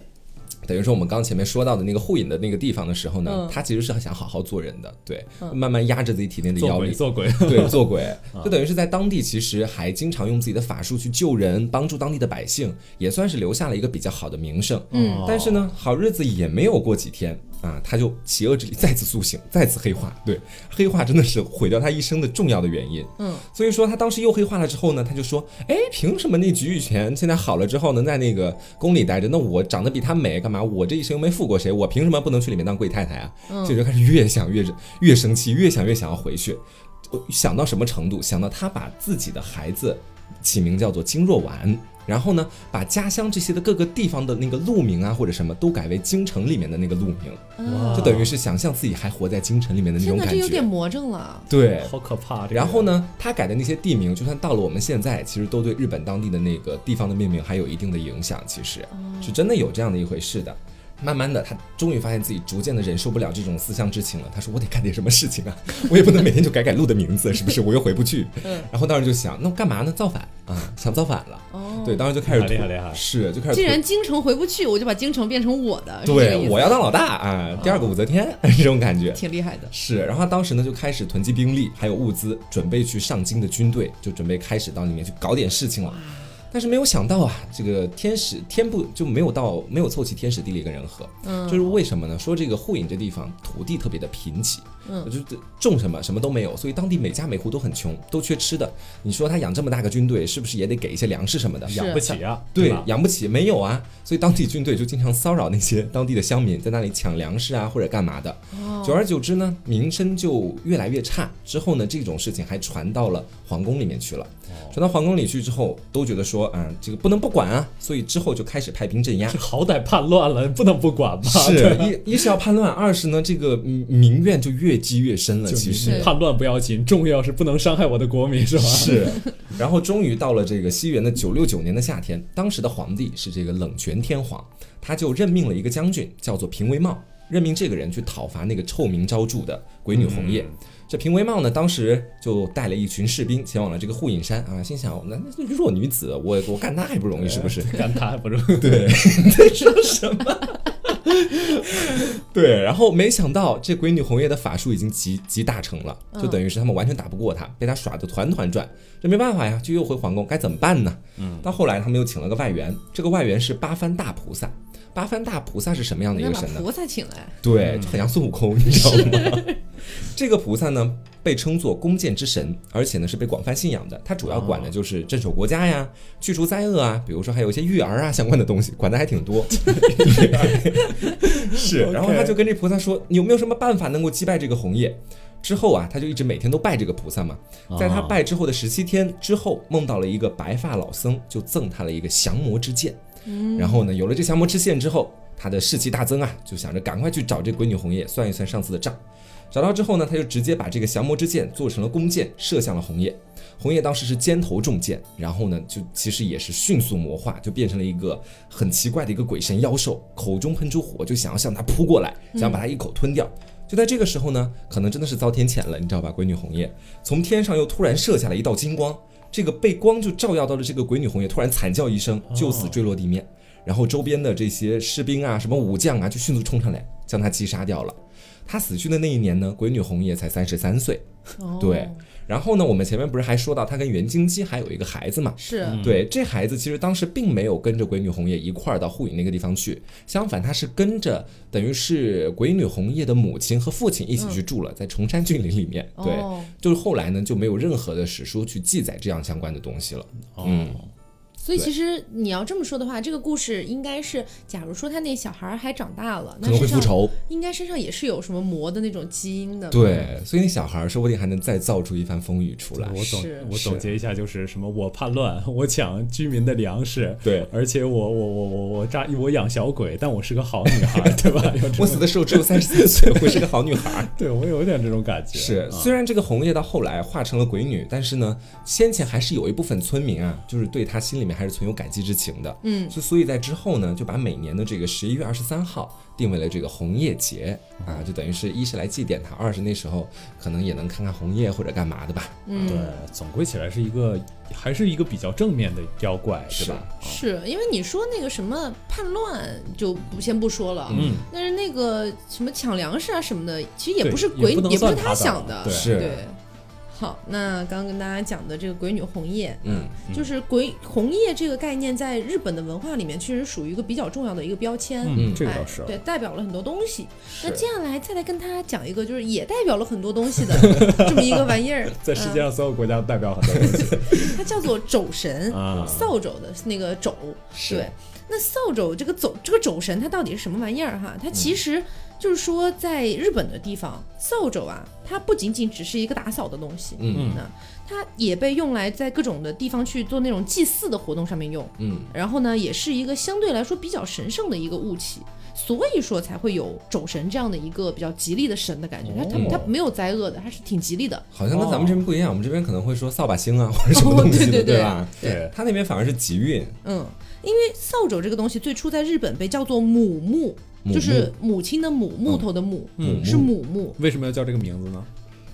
等于说我们刚前面说到的那个护隐的那个地方的时候呢，
嗯
他其实是想好好做人的，对，慢慢压制自己体内的
做
妖
鬼
力，
做鬼，
对，做鬼，就等于是在当地其实还经常用自己的法术去救人，帮助当地的百姓，也算是留下了一个比较好的名声。
嗯
但是呢，好日子也没有过几天啊，他就邪恶之力再次苏醒，再次黑化。对，黑化真的是毁掉他一生的重要的原因。
嗯，
所以说他当时又黑化了之后呢，他就说，哎，凭什么那菊玉泉现在好了之后能在那个宫里待着？那我长得比她美，干嘛？我这一生又没负过谁，我凭什么不能去里面当贵太太啊？所以就开始越想越越生气，越想越想要回去。我想到什么程度？想到他把自己的孩子起名叫做金若丸，然后呢，把家乡这些的各个地方的那个路名啊或者什么都改为京城里面的那个路名， 就等于是想象自己还活在京城里面的那
天
种
哪，
感
这有点
觉。
魔怔了，
对，
好可怕。这个
然后？呢，他改的那些地名，就算到了我们现在，其实都对日本当地的那个地方的命名还有一定的影响。其实
哦
是真的有这样的一回事的。慢慢的，他终于发现自己逐渐的忍受不了这种思乡之情了。他说：“我得干点什么事情啊， 我也不能每天就改改路的名字，是不是？我又回不去。”
嗯
然后当时就想，那我干嘛呢？造反啊，想造反了。对，当时就开始
厉害厉
吐
害厉害
是就开始
既
吐
哦然京城回不去，我就把京城变成我的，是这个
对
意思哦
我要当老大啊，第二个武则天 这种感觉。
挺厉害的，
是，然后他当时呢就开始囤积兵力，还有物资，准备去上京的军队，就准备开始到里面去搞点事情了。但是没有想到啊，这个天时天不就没有到没有凑齐天时地利跟人和，嗯，就是为什么呢？说这个护隐这地方土地特别的贫瘠，嗯，就是种什么什么都没有，所以当地每家每户都很穷，都缺吃的。你说他养这么大个军队，是不是也得给一些粮食什么的？
是
养不起啊，
对
吧，
养不起，没有啊，所以当地军队就经常骚扰那些当地的乡民，在那里抢粮食啊或者干嘛的。
哦
久而久之呢，名声就越来越差。之后呢，这种事情还传到了皇宫里面去了。
哦
传到皇宫里去之后，都觉得说，啊，这个不能不管啊，所以之后就开始派 兵镇压
这。好歹叛乱了，不能不管吧？
是
对
一一是要叛乱，二是呢，这个嗯民怨就越积越深了。
就
其实
是叛乱不要紧，重要是不能伤害我的国民，是吧？
是， 然后终于到了这个西元的九六九年的夏天，当时的皇帝是这个冷泉天皇，他就任命了一个将军，叫做平为茂。任命这个人去讨伐那个臭名昭著的鬼女红叶。这平为茂呢，当时就带了一群士兵前往了这个护隐山啊，心想那那弱女子，我我干她还不容易是不是？
干他不是？
对，你在说什么？对，然后没想到这鬼女红叶的法术已经集集大成了，
嗯
就等于是他们完全打不过她，被她耍得团团转。这没办法呀，就又回皇宫，该怎么办呢？嗯，到后来他们又请了个外援，这个外援是八番大菩萨。八番大菩萨是什么样的一
那
个
把
神呢？
菩萨请 来，
对，就很像孙悟空，你知道吗？ 这个菩萨呢，被称作弓箭之神，而且呢是被广泛信仰的。他主要管的就是镇守国家呀、去除灾厄啊，比如说还有一些育儿啊相关的东西，管的还挺多。 是，然后他就跟这菩萨说：“你有没有什么办法能够击败这个红叶？”之后啊，他就一直每天都拜这个菩萨嘛。在他拜之后的十七天之后，梦到了一个白发老僧，就赠他了一个降魔之剑。然后呢，有了这降魔之剑之后，他的士气大增啊，就想着赶快去找这鬼女红叶算一算上次的账。找到之后呢，他就直接把这个降魔之剑做成了弓箭，射向了红叶。红叶当时是肩头中箭，然后呢，就其实也是迅速魔化，就变成了一个很奇怪的一个鬼神妖兽，口中喷出火，就想要向他扑过来，想要把他一口吞掉。就在这个时候呢，可能真的是遭天谴了，你知道吧？鬼女红叶从天上又突然射下来一道金光，这个被光就照耀到了这个鬼女红叶，突然惨叫一声，就此坠落地面。然后周边的这些士兵啊、什么武将啊，就迅速冲上来，将他击杀掉了。他死去的那一年呢，鬼女红叶才三十三岁。
哦
对，然后呢，我们前面不是还说到他跟袁京基还有一个孩子嘛？
是
对，这孩子其实当时并没有跟着鬼女红叶一块儿到护影那个地方去，相反，他是跟着等于是鬼女红叶的母亲和父亲一起去住了，在崇山峻岭里面。对，
嗯哦
就是后来呢就没有任何的史书去记载这样相关的东西了。嗯，
所以
对
其实你要这么说的话，这个故事应该是，假如说他那小孩儿还长大了，
可
那
能会
身
复
上
仇。
应该身上也是有什么魔的那种基因的。，
对，所以那小孩儿说不定还能再造出一番风雨出来。
我总
是
我
是
总结一下，就是什么我叛乱，我抢居民的粮食，
对
而且我我我我我炸我养小鬼，但我是个好女 孩，对吧？有这
我死的时候只有三十三岁，会是个好女孩儿。
对我有点这种感觉，
嗯
是，
啊
虽然这个红叶到后来化成了鬼女，但是呢，先前还是有一部分村民啊，就是对她心里面还是存有感激之情的。
嗯
所所以在之后呢，就把每年的这个十一月二十三号定为了这个红叶节啊，就等于是一是来祭奠她，二是那时候可能也能看看红叶或者干嘛的吧。
嗯，
对，总归起来是一个还是一个比较正面的妖怪，对吧？
是因为你说那个什么叛乱就不先不说了，
嗯，
但是那个什么抢粮食啊什么的，其实
对
也不是
也
鬼，也
不能
不是
算他的
想的，
对
是
对。好，那刚刚跟大家讲的这个鬼女红叶，
嗯，
就是鬼红叶这个概念在日本的文化里面确实属于一个比较重要的一个标签，
嗯，这个
哎
倒是，
对，代表了很多东西。那
是
接下来再来跟大家讲一个，就是也代表了很多东西 的这么一个玩意儿，
在世
嗯
界上所有国家都代表很多东西
它叫做肘神，
啊，
扫帚的那个肘。
是
对，那扫帚这个肘这个肘神它到底是什么玩意儿哈？它其
嗯
实就是说，在日本的地方，扫帚啊，它不仅仅只是一个打扫的东西，
嗯
那它也被用来在各种的地方去做那种祭祀的活动上面用。
嗯，
然后呢，也是一个相对来说比较神圣的一个物体，所以说才会有肘神这样的一个比较吉利的神的感觉。它
哦
它它没有灾厄的，它是挺吉利的。
好像跟咱
哦
们这边不一样，我们这边可能会说扫把星啊或者什么东西的，
哦对对对
吧？
对，
他那边反而是吉运，
嗯，因为扫帚这个东西最初在日本被叫做母木，
母木
就是母亲的母，木头的木，
嗯
是母木。
为什么要叫这个名字呢？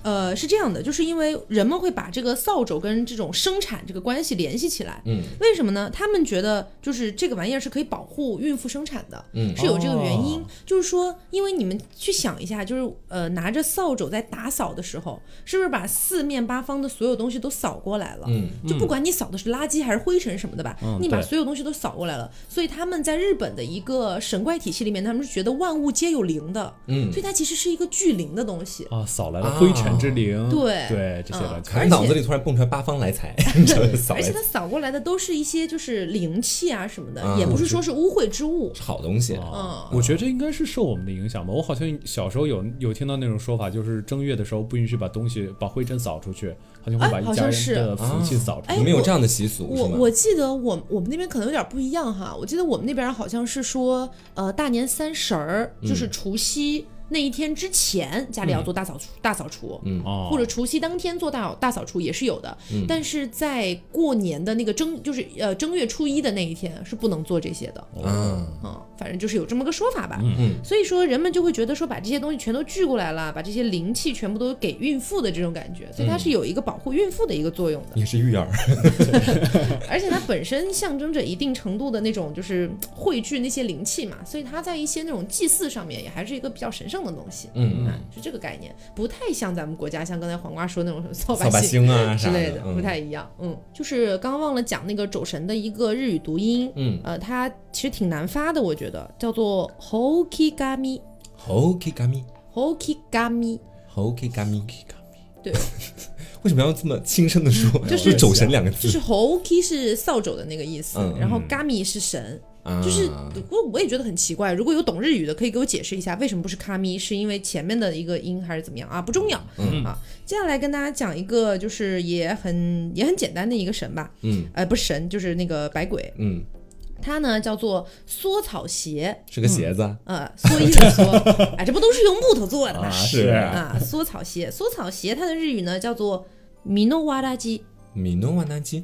呃，是这样的，就是因为人们会把这个扫帚跟这种生产这个关系联系起来。
嗯
为什么呢？他们觉得就是这个玩意儿是可以保护孕妇生产的，
嗯
是有这个原因。
哦
就是说，因为你们去想一下，就是呃，拿着扫帚在打扫的时候，是不是把四面八方的所有东西都扫过来了？
嗯，
就不管你扫的是垃圾还是灰尘什么的吧，
嗯
你把
对
所有东西都扫过来了。所以他们在日本的一个神怪体系里面，他们是觉得万物皆有灵的，
嗯哦
所以它其实是一个聚灵的东西。
啊，扫来了灰尘之灵，嗯
对
对，这些
啊
乱七八
可能脑子里突然蹦出来八方来财， 你知道吗扫
而
来
且它扫过来的都是一些就是灵气啊什么的，
啊
也不是说是污秽之物。
是好东西。
啊
嗯，
我觉得这应该是受我们的影响吧。我好像小时候有有听到那种说法，就是正月的时候不允许把东西把灰尘扫出去，好像会
哎
把一
好
家
像
人
是
的福气扫出
哎
去。
你们有
我
这样的习俗是
我
吗？
我记得我我们那边可能有点不
嗯
一样哈，我记得我们那边好像是说，呃，大年三十儿就是除夕。那一天之前家里要做大扫除，大扫除，
嗯
哦，
或者除夕当天做大大扫除也是有的，但是在过年的那个正就是呃正月初一的那一天是不能做这些的，
嗯
嗯，反正就是有这么个说法吧。
嗯
嗯
所以说人们就会觉得说把这些东西全都聚过来了，把这些灵气全部都给孕妇的这种感觉，所以它是有一个保护孕妇的一个作用的，
也是育儿，
而且它本身象征着一定程度的那种就是汇聚那些灵气嘛，所以它在一些那种祭祀上面也还是一个比较神圣的东西。
嗯，
啊，是这个概念，不太像咱们国家像刚才黄瓜说那种什么扫
扫把
兴
星啊
之
啥
类的，
嗯
不太一样。嗯，就是刚刚忘了讲那个肘神的一个日语读音，
嗯，
呃，它其实挺难发的，我觉得叫做 hokigami
Hoki Gami
hokigami。
Hoki Gami，
对，
为什么要这么轻声的说？
就是
“走神”两个
就
字，
是 hoki 是扫帚的那个意思，
嗯
然后 gami 是神，
啊
就是我我也觉得很奇怪。如果有懂日语的，可以给我解释一下，为什么不是 kami？是因为前面的一个音还是怎么样啊？不重要、
嗯
啊。接下来跟大家讲一个，就是也很也很简单的一个神吧，
嗯
呃，不是神，就是那个百鬼，
嗯，
它呢叫做缩草鞋，
是个鞋子啊
呃，缩衣的缩，哎，这不都是用木头做的吗？
是
啊，缩草鞋，缩草鞋，它的日语呢叫做米诺瓦拉基。
米诺瓦纳基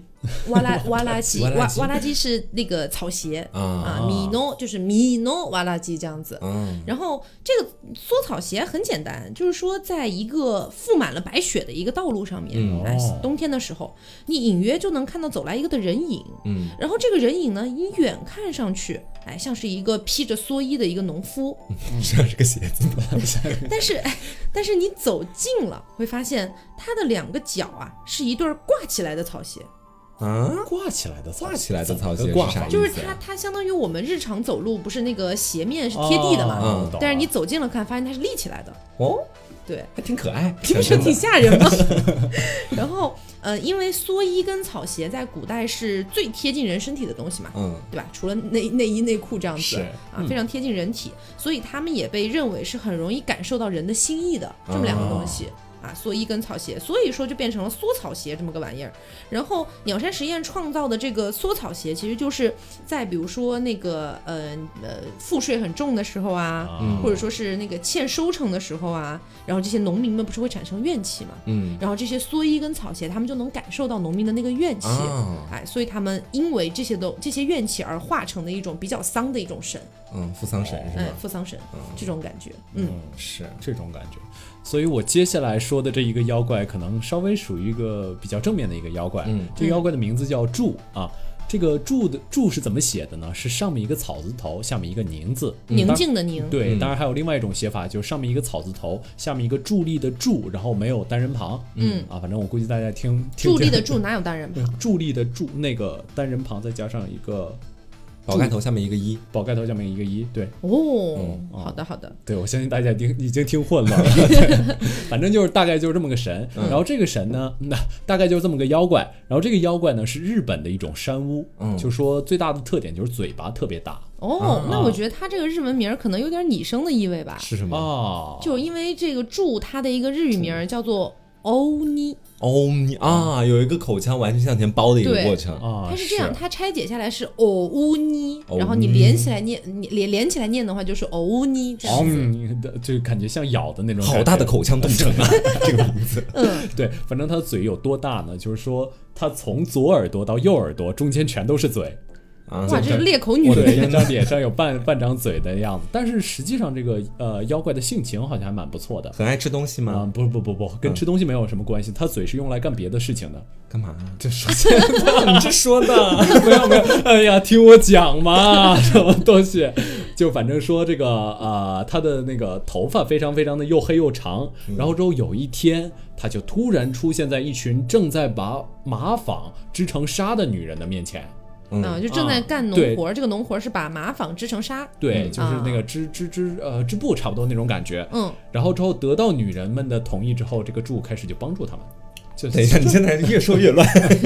哇啦哇啦鸡，
哇啦
哇
鸡
哇啦鸡是那个草鞋
啊
啊，米诺就是米诺哇啦鸡这样子。
嗯
然后这个缩草鞋很简单，就是说在一个覆满了白雪的一个道路上面，
嗯
哎
哦，
冬天的时候，你隐约就能看到走来一个的人影。
嗯
然后这个人影呢，你远看上去，哎，像是一个披着蓑衣的一个 农夫，
是是个鞋子吧？
但是，哎，但是你走近了，会发现他的两个脚啊，是一对儿挂起来的草鞋。
啊，
挂起来的草，
挂起来的草
怎
鞋
么挂
是啥
法
意思？啊
就是它，它相当于我们日常走路不是那个鞋面是贴地的嘛，
哦
嗯
但是你走近了看，发现它是立起来的，
哦，
对，
还挺可 爱，
你不
小
是
真的
挺吓人吗？然后呃，因为蓑衣跟草鞋在古代是最贴近人身体的东西嘛。
嗯
对吧？除了内内衣内裤这样子
是
啊，非常贴近人体，所以他们也被认为是很容易感受到人的心意的这么两个东西。啊，蓑衣跟草鞋，所以说就变成了缩草鞋这么个玩意儿。然后鸟山实验创造的这个缩草鞋，其实就是在比如说那个呃呃赋税很重的时候啊，
嗯
或者说是那个欠收成的时候啊，然后这些农民们不是会产生怨气嘛？
嗯
然后这些蓑衣跟草鞋，他们就能感受到农民的那个怨气。
啊
哎，所以他们因为这些都这些怨气而化成的一种比较丧的一种神，
嗯，扶桑神是
哎，
吗？
扶桑神这种感觉，嗯，
是
这种感觉。所以我接下来说的这一个妖怪，可能稍微属于一个比较正面的一个妖怪。
嗯
这个妖怪的名字叫柱啊。这个柱的柱是怎么写的呢？是上面一个草字头，下面一个宁字。
嗯宁
当
静嗯的宁，
对，嗯当然还有另外一种写法，就是上面一个草字头，下面一个伫立的伫，然后没有单人旁。
嗯
啊，反正我估计大家听听
伫立的
听
助哪有单人旁？
助力的助，那个单人旁再加上一个
宝盖头下面一个一，
宝盖头下面一个一，对
哦，好的好的，
对，我相信大家已经已经听 混了，对，反正就是大概就是这么个神，
嗯
然后这个神呢，那大概就是这么个妖怪，然后这个妖怪呢是日本的一种山巫，
嗯
就说最大的特点就是嘴巴特别大
哦，那我觉得他这个日文名儿可能有点拟声的意味吧，
是什么？
啊，
就因为这个助它的一个日语名儿叫做欧尼，
哦，你啊，有一个口腔完全向前包的一个
对哦
过程，
啊
它是这样，它拆解下来是哦乌尼，然后你连起来念，你连连起来念的话就是哦乌尼这样子，
嗯，就感觉像咬的那种，
好大的，口腔动程 啊，这个名字，
对，反正他的嘴有多大呢？就是说他从左耳朵到右耳朵中间全都是嘴，
啊
哇，这是裂口女
我，的一张脸上有半半张嘴的样子，但是实际上这个呃妖怪的性情好像还蛮不错的。
很爱吃东西
啊、
吗？
不不不不，跟吃东西没有什么关系，他嘴是用来干别的事情的。
干嘛？
这说起
你这说的，
没有没有，哎呀，听我讲嘛，什么东西？就反正说这个啊，他的那个头发非常非常的又黑又长，然后之后有一天，他就突然出现在一群正在把麻纺织成纱的女人的面前。
啊，就正在
啊
干农
对
活儿，这个农活儿是把麻纺织成纱，
对，
嗯
就是那个织织织呃织布差不多那种感觉。
嗯，
然后之后得到女人们的同意之后，这个柱开始就帮助他们。就
等一下，你现在越说越乱，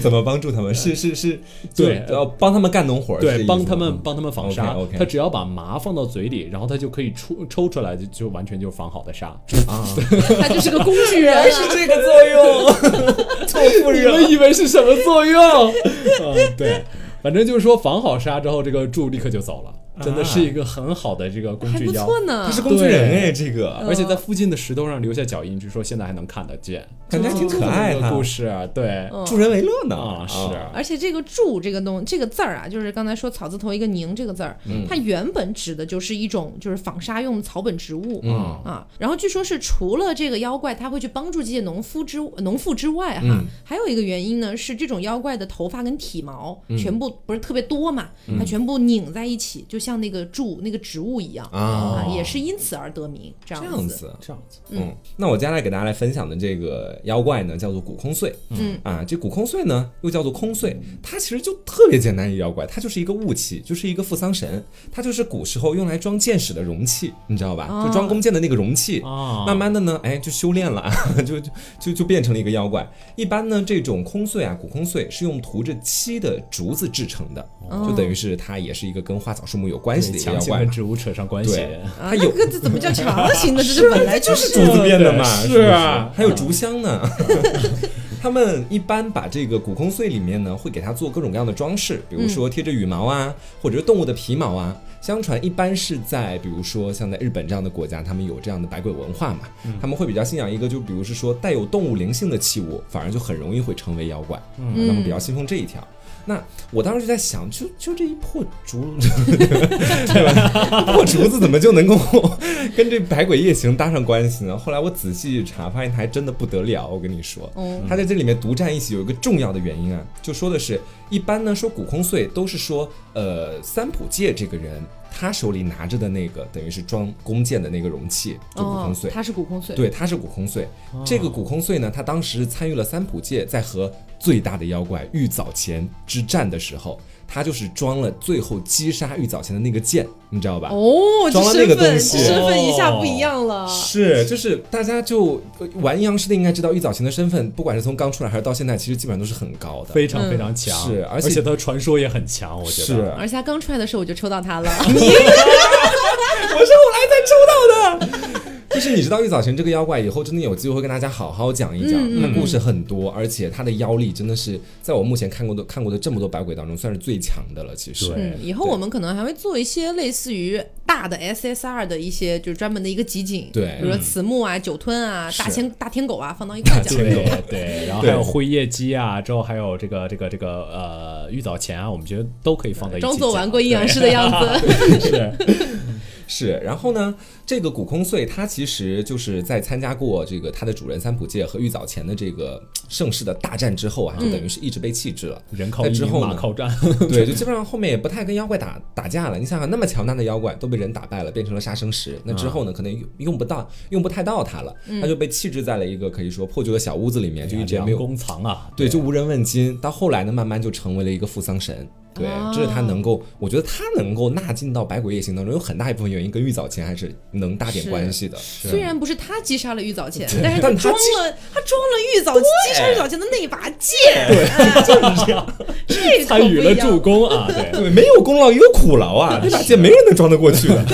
怎么帮助他们？是是是，就
对
要帮他们干农活儿，是这
对，
意
帮
思
他们
吗
帮他们纺纱
OK，OK
他只要把麻放到嘴里，然后他就可以出抽出来，就就完全就是纺好的 纱。
啊，
他就是个工具人啊。
这个作用，做妇
你们以为是 什么作用？嗯，对，反正就是说纺好纱之后，这个柱立刻就走了。真的是一个很好的这个工
啊还
具
不
腰。
错呢嗯
他。是工具人哎，这个
而且在附近的石头上留下脚印，据说现在还能看得见，
感觉还挺可爱
这么一个
哈哦
故，事，啊对，
嗯
助人为乐呢
啊是
而且这个“柱”这个东这个字儿啊，就是刚才说草字头一个“宁”这个字儿，
嗯
它原本指的就是一种就是纺纱用的草本植物。
嗯
啊，然后据说是除了这个妖怪他会去帮助这些农夫之农妇之外哈，
嗯
还有一个原因呢是这种妖怪的头发跟体毛、
嗯
全部不是特别多嘛，它全部拧在一起，就像那个柱那个植物一样、
啊
啊，也是因此而得名这样
这
子。啊
样子。
这样子，
嗯，那我接下来给大家来分享的这个妖怪呢，叫做古空碎。
嗯
啊，这古空碎呢又叫做空碎，它其实就特别简单一个妖怪，它就是一个雾气，就是一个扶桑神，它就是古时候用来装箭矢的容器，你知道吧？就装弓箭的那个容器。
啊
慢慢的呢，哎，就修炼了， 就就就就变成了一个妖怪。一般呢，这种空碎啊，古空碎是用涂着漆的竹子制成的，就等于是它也是一个跟花草树木有关系的一个
强
妖
行
怪
跟
嘛。
植物扯上关系，
对，
啊，
它
那
有啊
个这怎么 叫长形的？这是本来就是
竹子变的嘛，
对
是不是
是啊
还有竹香呢。 他们一般把这个古空穗里面呢，会给它做各种各样的装饰，比如说
嗯
贴着羽毛啊，或者是动物的皮毛啊。相传一般是在，比如说像在日本这样的国家，他们有这样的百鬼文化嘛，
嗯
他们会比较信仰一个，就比如是说带有动物灵性的器物，反而就很容易会成为妖怪，
嗯
他们比较信奉这一条。那我当时就在想，就就这一破竹， 破竹子怎么就能够 跟这《百鬼夜行》搭上关系呢？后来我仔细查，发现它还真的不得了。我跟你说，
哦
它在这里面独占一席有一个重要的原因啊，就说的是，一般呢说古空碎都是说，呃，三浦介这个人他手里拿着的那个等于是装弓箭的那个容器，就古空
哦
碎。，
它是古空碎。
对，他是古空穗。这个古空穗呢，他当时参与了三浦界在和最大的妖怪玉藻前之战的时候，他就是装了最后击杀玉藻前的那个剑，你知道吧？
哦，这
装了那
身
个
份
东西
身份一下不一样了。
是，就是大家就呃玩阴阳师的应该知道，玉藻前的身份，不管是从刚出来还是到现在，其实基本上都是很高的。
非常非常强，
嗯是而
而
且
它传说也很强，我觉
是
得，
而且他刚出来的时候我就抽到 他了，
就是你知道玉藻前这个妖怪以后，真的有机会跟大家好好讲一
嗯
讲。那、故事很多，而且他的妖力真的是在我目前看过的看过的这么多百鬼当中，算是最强的了。其实，
对
嗯，以后我们可能还会做一些类似于大的 SSR 的一些，就是专门的一个集锦，
对嗯
比如说慈木啊、酒吞啊、
是
大天大天狗啊，放到一块儿讲。
对对，然后还
对
有辉夜姬啊，之后还有这个这个这个呃玉藻前啊，我们觉得都可以放在一起讲。
装作玩过阴阳师的样子，
对，是
是，然后呢，这个古空穗它其实就是在参加过这个它的主人三浦介和玉藻前的这个盛世的大战之后啊，就等于是一直被弃置了。
嗯人靠
那
移
之
民，
后
马
呢
靠战，
对，就基本上后面也不太跟妖怪打打架了。你想想，那么强大的妖怪都被人打败了，变成了杀生石。那之后呢，可能用用不到、用不太到它了，它就被弃置在了一个可以说破旧的小屋子里面，就一直也没有
弓藏啊，
对，就无人问津。到后来呢，慢慢就成为了一个扶桑神。对，这是他能够，我觉得他能够纳进到《百鬼夜行》当中，有很大一部分原因跟玉藻前还是能搭点
是
关系的。
虽然不是他击杀了玉藻前，但是
但他
装了他装了玉藻击杀玉藻前的那把剑，对，
就是这样，
这可
参与
不
了
一
助
样。
攻啊，对，
对，没有功劳也有苦劳啊，这把剑没人能装得过去的。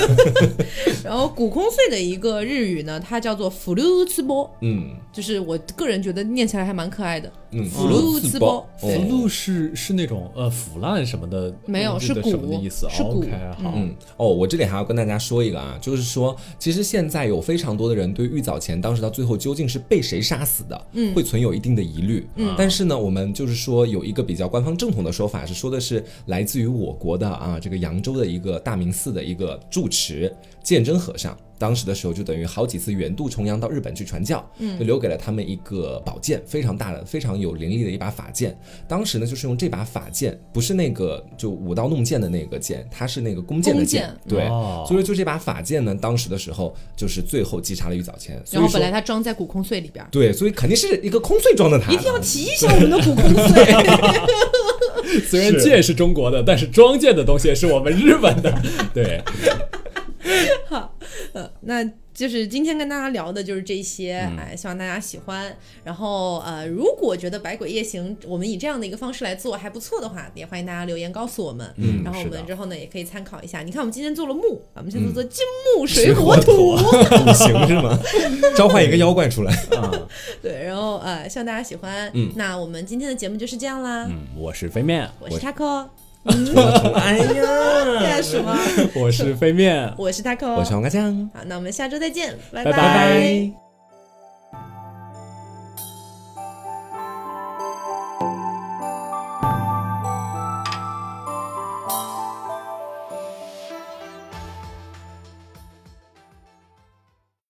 然后古空碎的一个日语呢，它叫做 f l u t s b o
嗯
就是我个人觉得念起来还蛮可爱的。
嗯，
福禄自包
哦
腐露是是那种呃腐烂什么的，
没有
嗯
是
的
骨
什么的意思
是骨
？OK，好，
嗯，哦，我这里还要跟大家说一个啊，就是说，其实现在有非常多的人对玉藻前当时到最后究竟是被谁杀死的，嗯，会存有一定的疑虑。嗯，但是呢，我们就是说有一个比较官方正统的说法是说的是来自于我国的啊，这个扬州的一个大明寺的一个住持鉴真和尚。当时的时候，就等于好几次远渡重洋到日本去传教，嗯，就留给了他们一个宝剑，非常大的、非常有灵力的一把法剑。当时呢，就是用这把法剑，不是那个就舞刀弄剑的那个剑，它是那个弓箭的
弓
箭
箭，
对，
哦
所以就这把法剑呢，当时的时候就是最后击杀了玉藻前，所
然
以
后
说
本来它装在古空碎里边 儿，
对，所以肯定是一个空碎装的他，
一定要提一下我们的古空碎。
虽然剑是中国的，但是装剑的东西是我们日本的，对，
呃，那就是今天跟大家聊的就是这些，
嗯
哎，希望大家喜欢。然后呃，如果觉得《百鬼夜行》我们以这样的一个方式来做还不错的话，也欢迎大家留言告诉我们。
嗯
然后我
是的
们之后呢也可以参考一下。你看我们今天做了木，我们下次
嗯
做金木水火土。
五行是吗？召唤一个妖怪出来，
对，然后呃，希望大家喜欢。
嗯
那我们今天的节目就是这样啦。
嗯，我是飞面，
我是 Taco，
哎 呀，
什么？
嗯我是飞面，
我是 taco，
我是王家酱，
好，那我们下周再见，
拜
拜
拜。